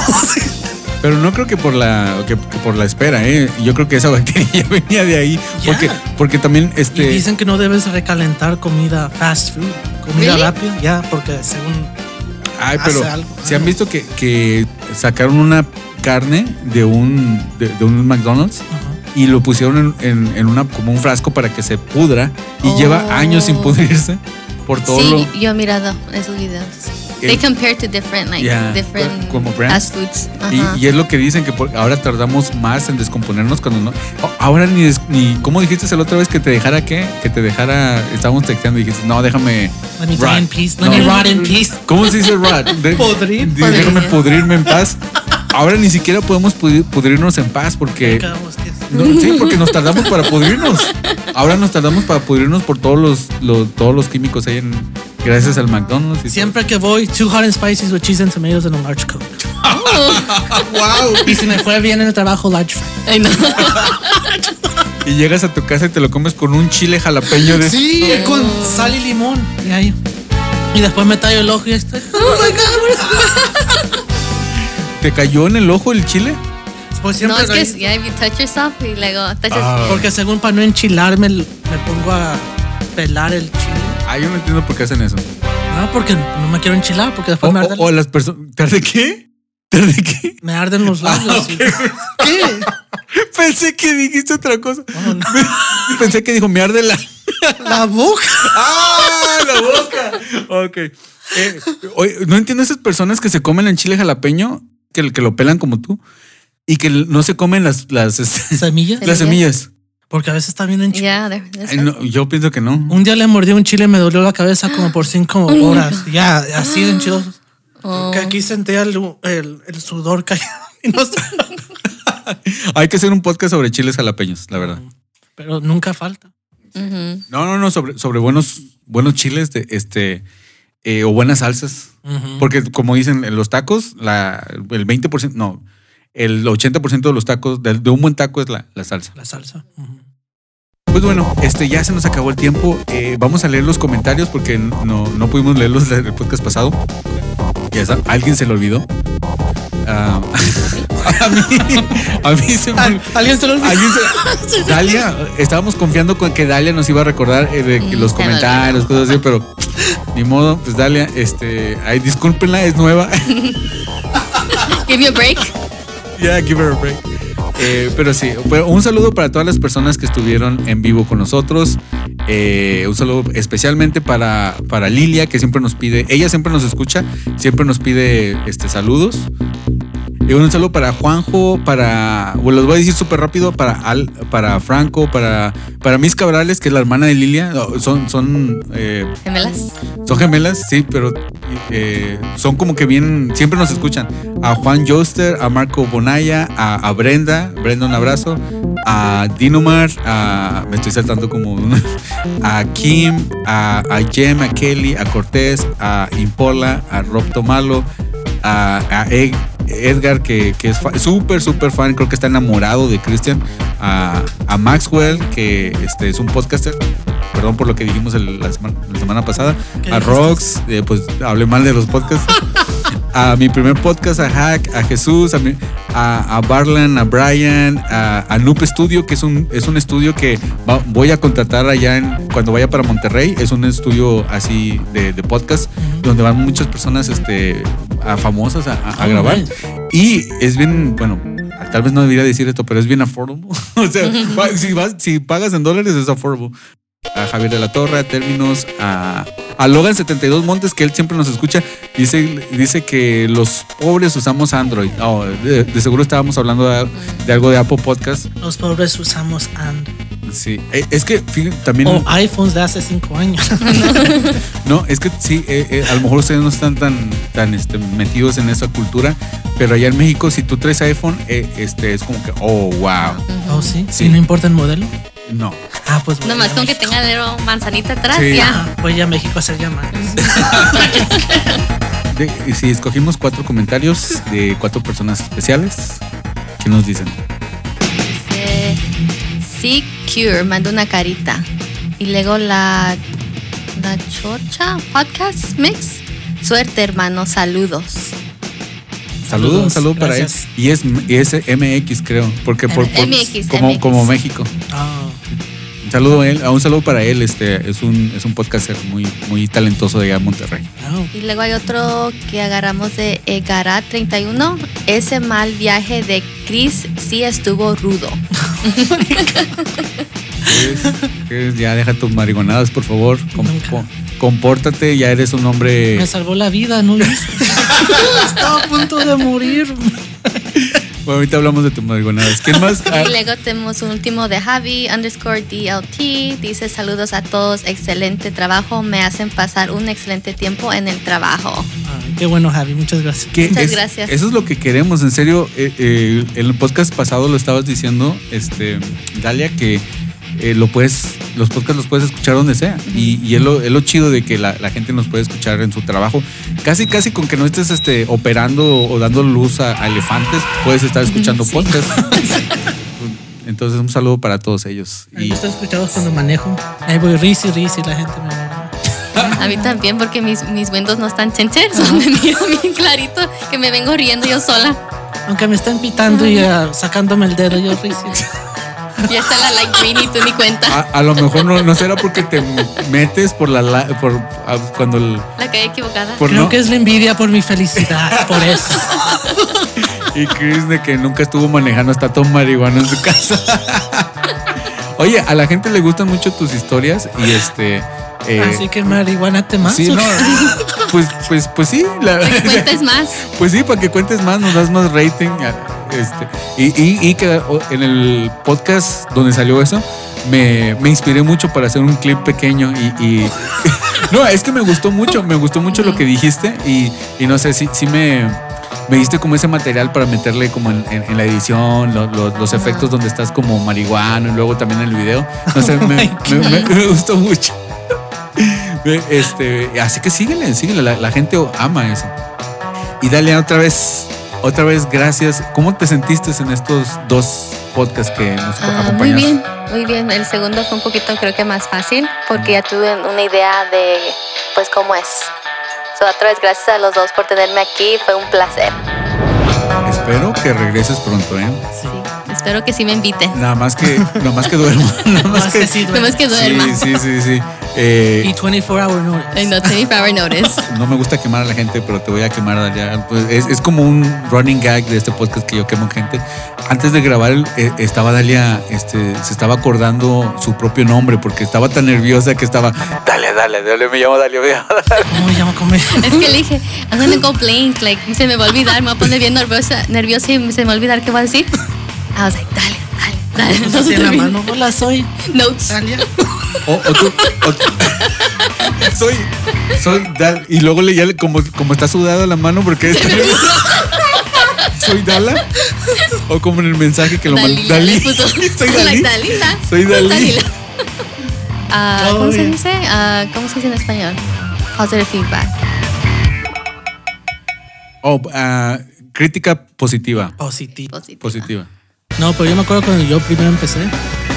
Speaker 3: pero no creo que por la que, que por la espera, ¿eh? Yo creo que esa bacteria ya venía de ahí.
Speaker 1: Ya.
Speaker 3: Porque, porque también
Speaker 1: Y
Speaker 3: este.
Speaker 1: dicen que no debes recalentar comida fast food, comida
Speaker 2: ¿Really?
Speaker 1: rápida, ya, porque según
Speaker 3: Ay,
Speaker 1: hace
Speaker 3: pero
Speaker 1: algo.
Speaker 3: se han visto que, que sacaron una carne de un, de, de un McDonald's
Speaker 1: Ajá.
Speaker 3: y lo pusieron en, en- en una, como un frasco para que se pudra y
Speaker 2: Oh.
Speaker 3: lleva años sin pudrirse por todo
Speaker 2: sí,
Speaker 3: lo.
Speaker 2: yo he mirado esos videos.
Speaker 3: Eh,
Speaker 2: They compare to different, like,
Speaker 3: yeah,
Speaker 2: different
Speaker 3: como brands.
Speaker 2: fast foods.
Speaker 3: Y,
Speaker 2: Ajá.
Speaker 3: y es lo que dicen que por- ahora tardamos más en descomponernos cuando no. a- Ahora ni, des- ni ¿cómo dijiste la otra vez que te dejara qué? Que te dejara estábamos texteando y dijiste, "No, déjame
Speaker 1: Let me
Speaker 3: rot".
Speaker 1: die in peace, let
Speaker 3: No.
Speaker 1: me rot in peace.
Speaker 3: ¿Cómo se dice rot? De-
Speaker 1: Podrir.
Speaker 3: de- déjame
Speaker 2: Podrir.
Speaker 3: pudrirme en paz. Ahora ni siquiera podemos pudri- pudrirnos en paz porque
Speaker 1: Cada hostia.
Speaker 3: no, sí, porque nos tardamos para pudrirnos. Ahora nos tardamos para pudrirnos por todos los, los- todos los químicos ahí en, gracias al McDonald's. y
Speaker 1: Siempre que voy, two hot and spices with cheese and tomatoes and a large coke. wow. Y si me fue bien en el trabajo, large fry.
Speaker 2: Ay, no.
Speaker 3: todo. Y llegas a tu casa y te lo comes con un chile jalapeño de
Speaker 1: Sí, con sal y limón. Y ahí. Y después me tallo el ojo y este.
Speaker 3: ¿Te cayó en el ojo el chile?
Speaker 1: Pues
Speaker 2: no,
Speaker 1: siempre.
Speaker 2: es que
Speaker 1: raíz-
Speaker 2: si if you touch yourself y luego touch
Speaker 3: Ah.
Speaker 1: Porque según para no enchilarme, l- me pongo a pelar el chile.
Speaker 3: Ah, yo no entiendo por qué hacen eso.
Speaker 1: Ah, porque no me quiero enchilar, porque
Speaker 3: O,
Speaker 1: después me
Speaker 3: o-
Speaker 1: arden,
Speaker 3: o las personas. ¿Tarde qué? ¿Tarde qué?
Speaker 1: me arden los labios. y- ¿Qué?
Speaker 3: Pensé que dijiste otra cosa. Pensé que dijo, me arde la.
Speaker 1: La boca.
Speaker 3: ¡Ah! La boca. Ok. Eh, oye, no entiendo esas personas que se comen el chile jalapeño, que, que lo pelan como tú, y que no se comen las, las, este,
Speaker 1: ¿Semillas?
Speaker 3: las semillas.
Speaker 1: Porque a veces está bien
Speaker 2: it.
Speaker 1: enchilado.
Speaker 2: Yeah, there- there's
Speaker 3: Ay, no, yo pienso que no.
Speaker 1: Un día le mordí un chile y me dolió la cabeza como por cinco horas. Ya, así de enchiloso.
Speaker 2: Oh.
Speaker 1: Que aquí sentía el, el- el sudor cayendo. y no sé.
Speaker 3: Hay que hacer un podcast sobre chiles jalapeños, la verdad.
Speaker 1: Pero nunca falta.
Speaker 2: that. Ujú.
Speaker 3: No, no, no, sobre, sobre buenos, buenos chiles de, este, eh, o buenas salsas. Porque como dicen en los tacos, la, el 20%, no, el 80% de los tacos, de, de un buen taco es la, la salsa.
Speaker 1: La salsa. Ujú.
Speaker 3: Pues bueno, este, ya se nos acabó el tiempo. Eh, vamos a leer los comentarios porque no, no pudimos leerlos en el podcast pasado. Ya está, alguien se lo olvidó. Ah, a, mí, a mí se me
Speaker 1: Al- ¿Alguien se lo olvidó?
Speaker 3: Alguien se- Dalia, estábamos confiando con que Dalia nos iba a recordar eh, de que los
Speaker 2: Mm,
Speaker 3: comentarios, cosas así, pero ni modo, pues Dalia, este, ay, discúlpenla, es nueva.
Speaker 2: Give you a break.
Speaker 3: yeah, give her a break. Eh, pero sí, pero un saludo para todas las personas que estuvieron en vivo con nosotros. Eh, un saludo especialmente para, para Lilia, que siempre nos pide, ella siempre nos escucha, siempre nos pide este, saludos. Y un saludo para Juanjo, para. Bueno, los voy a decir súper rápido: para Al, para Franco, para, para Miss Cabrales, que es la hermana de Lilia. No, Son, son eh,
Speaker 2: Gemelas.
Speaker 3: son gemelas, sí, pero eh, son como que bien, siempre nos escuchan. A Juan Joster, a Marco Bonaya, a, a Brenda, Brenda un abrazo, a Dinomar, a, me estoy saltando como un- a Kim, a, a Jem, a Kelly, a Cortés, a Impola, a Rob Tomalo, a, a Ed- Edgar, que, que es fa- súper, súper fan, creo que está enamorado de Christian, a, a Maxwell, que este, es un podcaster, perdón por lo que dijimos el- la, semana, la semana pasada,
Speaker 1: ¿Qué
Speaker 3: a
Speaker 1: dijiste?
Speaker 3: Rox, eh, pues hablé mal de los podcasts, a mi primer podcast, a Hack, a Jesús, a, mi- a, a Barlan, a Brian, a, a Noob Studio, que es un, es un estudio que va- voy a contratar allá en, cuando vaya para Monterrey, es un estudio así de, de podcast, donde van muchas personas este, a famosas a, a- a
Speaker 1: Oh,
Speaker 3: grabar.
Speaker 1: nice.
Speaker 3: Y es bien, bueno, tal vez no debería decir esto, pero es bien affordable. o sea, va- si, vas- si pagas en dólares es affordable. A Javier de la Torre, a Términos, a, a Logan 72 Montes, que él siempre nos escucha. Dice, dice que los pobres usamos Android. Oh, de, de seguro estábamos hablando de, de algo de Apple Podcast.
Speaker 1: Los pobres usamos Android.
Speaker 3: Sí, Eh, es que fíjate, también...
Speaker 1: O iPhones de hace cinco años.
Speaker 3: No, es que sí, eh, eh, a lo mejor ustedes no están tan, tan este, metidos en esa cultura, pero allá en México, si tú traes iPhone, eh, este, es como que, oh, wow.
Speaker 1: ¿Oh, sí?
Speaker 3: Sí.
Speaker 1: ¿Y no importa el modelo?
Speaker 3: No.
Speaker 1: Ah, pues voy
Speaker 2: Nomás
Speaker 1: a
Speaker 2: con que
Speaker 1: México.
Speaker 2: tenga dedo manzanita atrás,
Speaker 3: Sí.
Speaker 2: ya.
Speaker 1: Ah, voy a México a hacer llamadas.
Speaker 3: De- y si escogimos cuatro comentarios de cuatro personas especiales, ¿qué nos dicen?
Speaker 2: Dice, Sí, Cure, mandó una carita. Y luego la, la Chocha Podcast Mix. Suerte, hermano, saludos.
Speaker 3: Saludos, un saludo para él.
Speaker 1: Gracias.
Speaker 3: Y es, y es MX, creo, porque por, por-
Speaker 2: MX.
Speaker 3: como, como México.
Speaker 1: Ah,
Speaker 3: Un saludo a él, un saludo para él, este, es un, es un podcaster muy, muy talentoso de allá en Monterrey.
Speaker 1: ah,
Speaker 2: Y luego hay otro que agarramos de Egarat 31. Ese mal viaje de Chris sí estuvo rudo.
Speaker 3: Que Ya deja tus marihuanadas, por favor. Com-
Speaker 1: Nunca.
Speaker 3: com- compórtate, ya eres un hombre.
Speaker 1: Me salvó la vida, ¿no viste? Estaba a punto de morir.
Speaker 3: Bueno, ahorita hablamos de tus marihuanadas. ¿Quién más? Ah,
Speaker 2: Y luego tenemos un último de Javi, underscore DLT. Dice saludos a todos, excelente trabajo. Me hacen pasar un excelente tiempo en el trabajo.
Speaker 1: Ah, qué bueno, Javi. Muchas gracias.
Speaker 3: que
Speaker 2: Muchas
Speaker 3: es-
Speaker 2: gracias.
Speaker 3: Eso es lo que queremos, en serio. eh, eh, en el podcast pasado lo estabas diciendo, este, Dalia, que eh, lo puedes, los podcasts los puedes escuchar donde sea. Y, y es, lo, es lo chido de que la, la gente nos puede escuchar en su trabajo. Casi, casi con que no estés este, operando o dando luz a, a elefantes, puedes estar escuchando podcasts. Entonces, un saludo para todos ellos.
Speaker 1: Y
Speaker 3: Y-
Speaker 2: pues,
Speaker 1: estoy escuchando cuando manejo. Ahí voy, ris y ris y la gente me mira.
Speaker 2: A mí también, porque mis, mis windows no están chenchers, donde miro bien clarito que me vengo riendo yo sola.
Speaker 1: Aunque me están pitando y ah, sacándome el dedo, yo ris y ris.
Speaker 2: Y está la light green y tú ni
Speaker 3: A,
Speaker 2: cuenta.
Speaker 3: a lo mejor no, no será porque te metes por la, la- por a- cuando el-
Speaker 2: La caí equivocada.
Speaker 3: por
Speaker 1: Creo
Speaker 3: no.
Speaker 1: que es la envidia por mi felicidad, por eso.
Speaker 3: Y Chris de que nunca estuvo manejando hasta todo marihuana en su casa. Oye, a la gente le gustan mucho tus historias y este. eh,
Speaker 1: Así que marihuana te más.
Speaker 3: sí, no, pues, pues, pues sí, la-
Speaker 2: Ni cuentes más.
Speaker 3: pues sí, para que cuentes más, nos das más rating. a- Este, y, y- y que o, en el podcast donde salió eso, me, me inspiré mucho para hacer un clip pequeño y... y- no, es que me gustó mucho, me gustó mucho lo que dijiste y, y no sé, si sí me, me diste como ese material para meterle como en, en- en la edición, lo- lo- los efectos donde estás como marihuano y luego también en el video. No sé, me, me- me- me gustó mucho. Este, así que síguele, síguele, la- la gente ama eso. Y dale otra vez, otra vez gracias. ¿Cómo te sentiste en estos dos podcasts que nos
Speaker 2: Ah,
Speaker 3: acompañaron?
Speaker 2: muy bien, muy bien. El segundo fue un poquito creo que más fácil porque ya tuve una idea de pues cómo es. So, otra vez gracias a los dos por tenerme aquí, fue un placer.
Speaker 3: Espero que regreses pronto, ¿eh?
Speaker 1: Sí.
Speaker 2: Espero que sí me inviten.
Speaker 3: Nada más que, nada más que duermo. Nada más
Speaker 1: Más que
Speaker 3: que
Speaker 1: sí,
Speaker 2: Tenemos
Speaker 1: duele.
Speaker 2: que duerma.
Speaker 3: Sí, sí, sí, sí. Eh,
Speaker 1: Y 24 hour notice.
Speaker 2: No, 24 hour notice.
Speaker 3: no me gusta quemar a la gente, pero te voy a quemar ya. Pues es, es como un running gag de este podcast que yo quemo gente. Antes de grabar, el- eh, estaba Dalia, este, se estaba acordando su propio nombre porque estaba tan nerviosa que estaba. Dale, dale, dale, me llamo Dalia. me llamo Dalia".
Speaker 1: ¿Cómo me llamo? ¿Cómo me
Speaker 2: Es que le dije, I'm gonna go blank, like, se me va a olvidar, me va a poner bien nerviosa, nerviosa y se me va a olvidar qué va a decir. I was like, dale, dale, dale.
Speaker 1: Así en la mano. Hola, soy
Speaker 2: Notes.
Speaker 1: Dalia.
Speaker 3: O, o tú- o tú- soy, soy Dal. Y luego le ya le- como, como está sudada la mano porque está- soy Dala. O como en el mensaje que lo mandó.
Speaker 2: Dalila le
Speaker 3: Dalí.
Speaker 2: puso.
Speaker 3: Soy Dalí.
Speaker 2: Like, Dalila.
Speaker 3: Soy Dalí.
Speaker 2: Dalila. Ah,
Speaker 1: Todo
Speaker 2: ¿Cómo se
Speaker 1: bien.
Speaker 2: dice? Ah, ¿Cómo se dice en español? Positive feedback.
Speaker 3: Oh, ah, crítica positiva.
Speaker 1: Positivo.
Speaker 2: Positiva.
Speaker 3: Positiva.
Speaker 1: No, pero yo me acuerdo cuando yo primero empecé,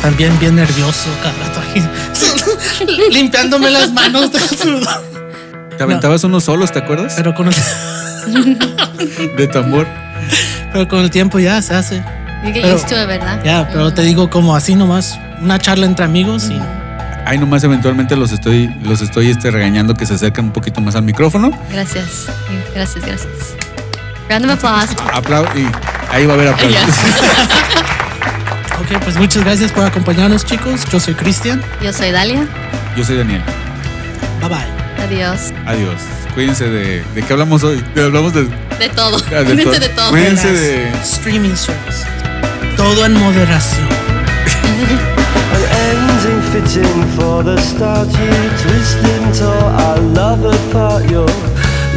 Speaker 1: también bien nervioso, cada rato ahí, limpiándome las manos del sudor.
Speaker 3: Te aventabas unos solos, ¿te acuerdas?
Speaker 1: Pero con, el,
Speaker 3: De tambor.
Speaker 1: pero con el tiempo ya se hace. Ya,
Speaker 2: You get
Speaker 1: Pero-
Speaker 2: used to it, ¿verdad?
Speaker 1: pero te digo como así nomás, una charla entre amigos y
Speaker 3: Ahí nomás eventualmente los estoy, los estoy este, regañando que se acerquen un poquito más al micrófono.
Speaker 2: Gracias. Gracias, gracias. Round of applause.
Speaker 3: Aplau- y ahí va a haber aplausos.
Speaker 1: Ok, pues muchas gracias por acompañarnos chicos. Yo soy Cristian.
Speaker 2: Yo soy Dalia.
Speaker 3: Yo soy Daniel.
Speaker 1: Bye bye.
Speaker 2: Adiós.
Speaker 3: Adiós. Cuídense de. ¿De qué hablamos hoy? De- hablamos de.
Speaker 2: De todo.
Speaker 3: Ah, de
Speaker 2: Cuídense
Speaker 3: todo.
Speaker 2: de todo.
Speaker 3: Cuídense.
Speaker 1: Las
Speaker 3: de-
Speaker 1: Streaming service. Todo en moderación.
Speaker 8: An ending fitting for the start You twist and tore our love apart Your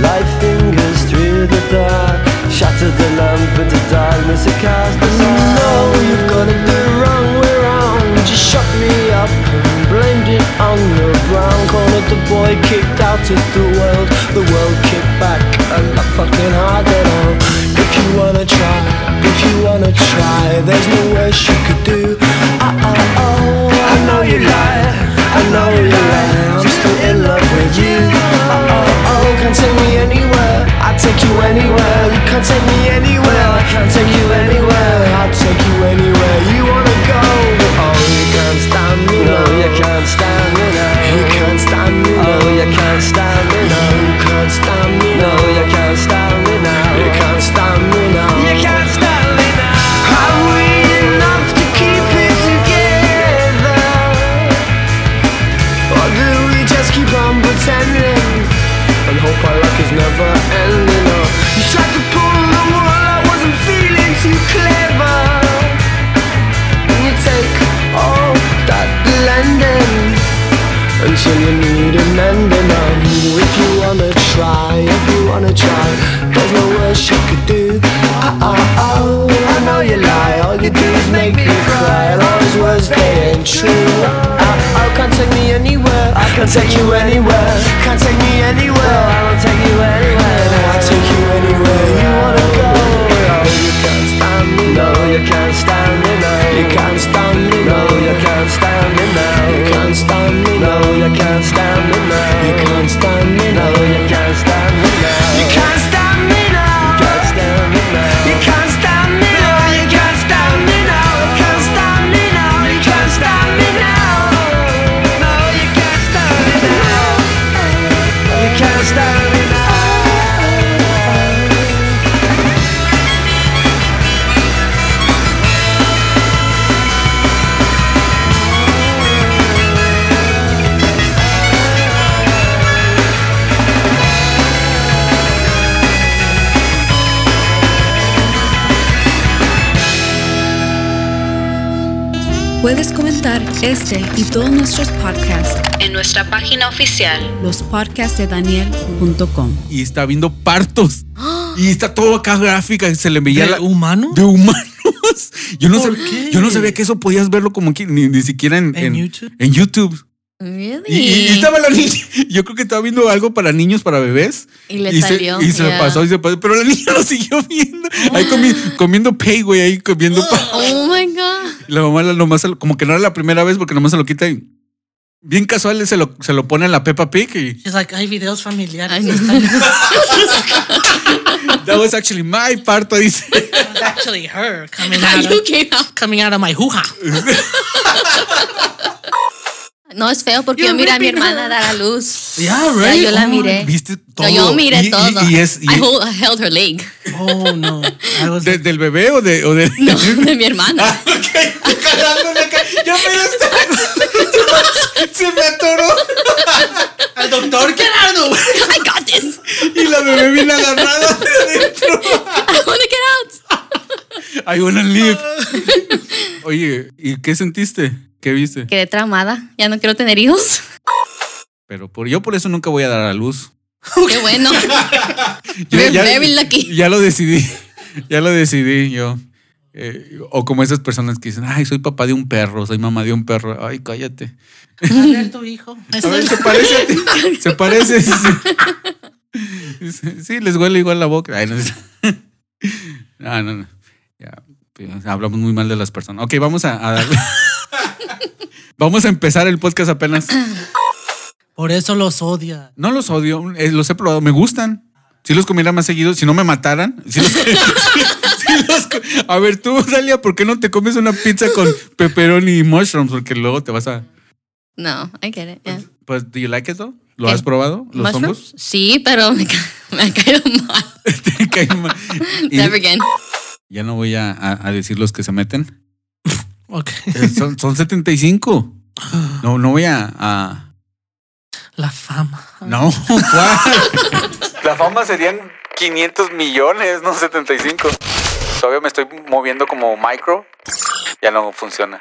Speaker 8: light fingers through the dark Shattered the lamp into darkness It cast us all No, you've got it the wrong way round You shut me up and blamed it on the brown Cornered the boy kicked out of the world The world kicked back and I fucking hard at all If you wanna try, if you wanna try There's no worse you could do Uh-uh. Oh, I know you lie. I know you lie. I'm still in love with you. Oh, oh, oh, can't take me anywhere. I'll take you anywhere. You can't take me anywhere. I can't take you anywhere. I'll take you anywhere. You wanna go? Oh, you can't stand me. No, you can't stand me. No, you can't stand me. No, you can't stand me. No, you can't stand me. No, you can't stand me. No, you can't stand me. No, you can't stand me. Now. Are we enough to keep it together? Or do we just keep on pretending And hope our luck is never ending Or you tried to pull the wool I wasn't feeling too clever And you take all that blending until you need an ending on If you wanna try, if you wanna try There's no worse you could do Oh, oh, oh I know you lie, all you do is make me cry And all those words, they ain't true Oh, oh, can't take me anywhere I can't take you anywhere Can't take me anywhere Oh, I won't take you anywhere I'll take you anywhere You wanna go Oh, you can't stand me No, you can't stand me No, you can't stand me No, you can't stand me No, you can't stand me No, you can't stand me No, you can't stand me No, you can't stand me No, you can't stand me No, you can't stand me No, you can't stand me No, you can't stand me No, you can't stand me No, you can't stand me No, no, you can't stand me No, you can't stand me No.
Speaker 6: Puedes comentar este y todos nuestros podcasts en nuestra página oficial, lospodcastdedaniel.com.
Speaker 3: Y está habiendo partos. Y está todo acá gráfica. y Se le veía
Speaker 1: ¿De
Speaker 3: la-
Speaker 1: humano?
Speaker 3: De humanos. Yo no,
Speaker 1: ¿Por
Speaker 3: sabía,
Speaker 1: qué?
Speaker 3: yo no sabía que eso podías verlo como que ni, ni siquiera en,
Speaker 1: ¿En YouTube?
Speaker 3: en YouTube.
Speaker 2: Really?
Speaker 3: Y, y- y estaba la niña. Yo creo que estaba viendo algo para niños, para bebés.
Speaker 2: Y le
Speaker 3: se-
Speaker 2: salió,
Speaker 3: y se lo
Speaker 2: ya.
Speaker 3: pasó y se pasó. Pero la niña lo siguió viendo. Ahí comi- comiendo pay, güey. Ahí comiendo pa-
Speaker 2: Oh my god.
Speaker 3: La mamá la- nomás se lo- como que no era la primera vez porque nomás se lo quita y bien casual se lo, se lo pone a la Peppa Pig y
Speaker 1: Es like, hay videos familiares.
Speaker 2: Ay, no.
Speaker 3: that was actually my parto dice
Speaker 1: It's actually her coming out
Speaker 2: You
Speaker 1: of,
Speaker 2: came out.
Speaker 1: coming out of my hoo-ha.
Speaker 2: No es feo porque yo miré a mi hermana dar a luz.
Speaker 3: Yeah,
Speaker 2: O sea,
Speaker 3: right.
Speaker 2: yo la
Speaker 3: Oh,
Speaker 2: miré.
Speaker 3: ¿Viste todo?
Speaker 2: No, Eh, yo miré
Speaker 3: Y- y-
Speaker 2: todo.
Speaker 3: Y, es, y-
Speaker 2: I, hold- I held her leg.
Speaker 1: Oh, no. I was
Speaker 3: ¿de- ¿Del bebé o de.? O de
Speaker 2: No, de mi hermana.
Speaker 3: Ah, Jalándole acá. Yo me Se me atoró.
Speaker 1: Al doctor Gerardo.
Speaker 2: I got this.
Speaker 3: Y la bebé viene agarrada de adentro.
Speaker 2: I want to get out.
Speaker 3: I wanna live. Oye, ¿y qué sentiste? ¿Qué viste?
Speaker 2: Quedé traumada. Ya no quiero tener hijos.
Speaker 3: Pero por, yo por eso nunca voy a dar a luz.
Speaker 2: Qué bueno.
Speaker 3: Yo
Speaker 2: We're very lucky.
Speaker 3: Ya lo decidí. Ya lo decidí yo. Eh, o como esas personas que dicen, ay, soy papá de un perro, soy mamá de un perro. Ay, cállate.
Speaker 1: A ver, tu hijo.
Speaker 3: A ver, se parece a ti. Se parece. Sí, Sí, Sí, les huele igual la boca. Ay, no, es- Ah, no, no. Ya, pues, hablamos muy mal de las personas. Ok, vamos a, a darle. vamos a empezar el podcast apenas.
Speaker 1: Por eso los odia.
Speaker 3: No los odio, eh, los he probado, me gustan. Si los comiera más seguido, si no me mataran. si los- si los co- a ver, tú, Dalia, ¿por qué no te comes una pizza con pepperoni y mushrooms? Porque luego te vas a.
Speaker 2: No, I get it. yeah.
Speaker 3: Pues, ¿do you like it though? ¿Lo
Speaker 2: ¿Qué?
Speaker 3: has probado? ¿Los
Speaker 2: Mushrooms?
Speaker 3: hongos?
Speaker 2: Sí, pero me, ca- me ha caído mal.
Speaker 3: Te cae mal. Y
Speaker 2: Never again.
Speaker 3: ya no voy a, a- a decir los que se meten.
Speaker 1: Ok.
Speaker 3: Eh, Son, son 75. No, no voy a. a-
Speaker 1: La fama.
Speaker 3: no, La fama serían 500 millones, no 75. Todavía me estoy moviendo como micro. Ya no funciona.